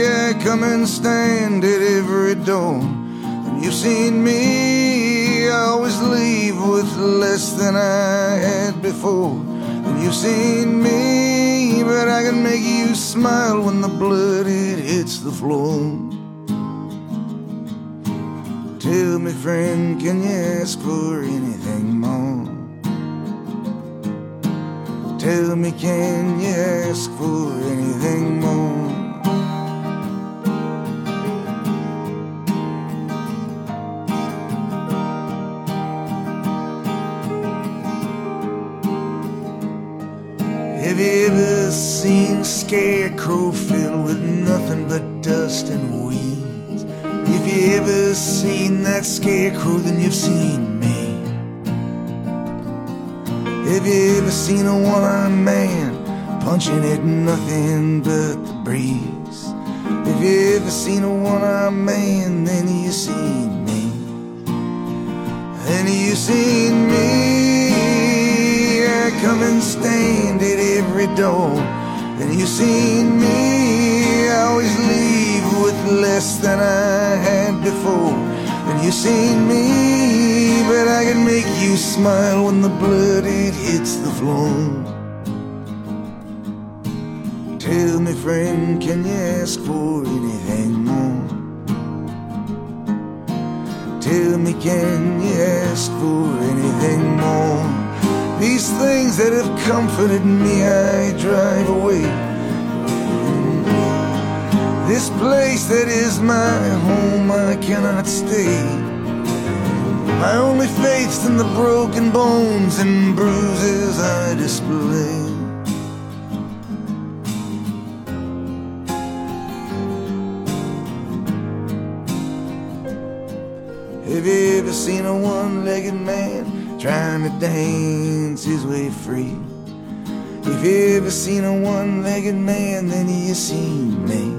Speaker 6: I come and stand at every door. And you've seen me I always leave with less than I had before. And you've seen me, but I can make you smile when the blood it hits the floor. Tell me, friend, can you ask for anything more? Tell Tell me, can you ask for anything more? Have you ever seen a scarecrow filled with nothing but dust and weeds? If you ever seen that scarecrow, then you've seen me. Have you ever seen a one man punching at nothing but the breeze? If you ever seen a one man, then you seen me. And you seen me. I come and stand at every door. And you seen me. I always leave with less than I had before. And you seen me. But I can make you smile when the blood it hits the floor. Tell me, friend, can you ask for anything more? Tell me, can you ask for anything more? These things that have comforted me, I drive away. This place that is my home, I cannot stay. My only faith's in the broken bones and bruises I display. Have you ever seen a one-legged man trying to dance his way free? If you ever seen a one-legged man, then you seen me.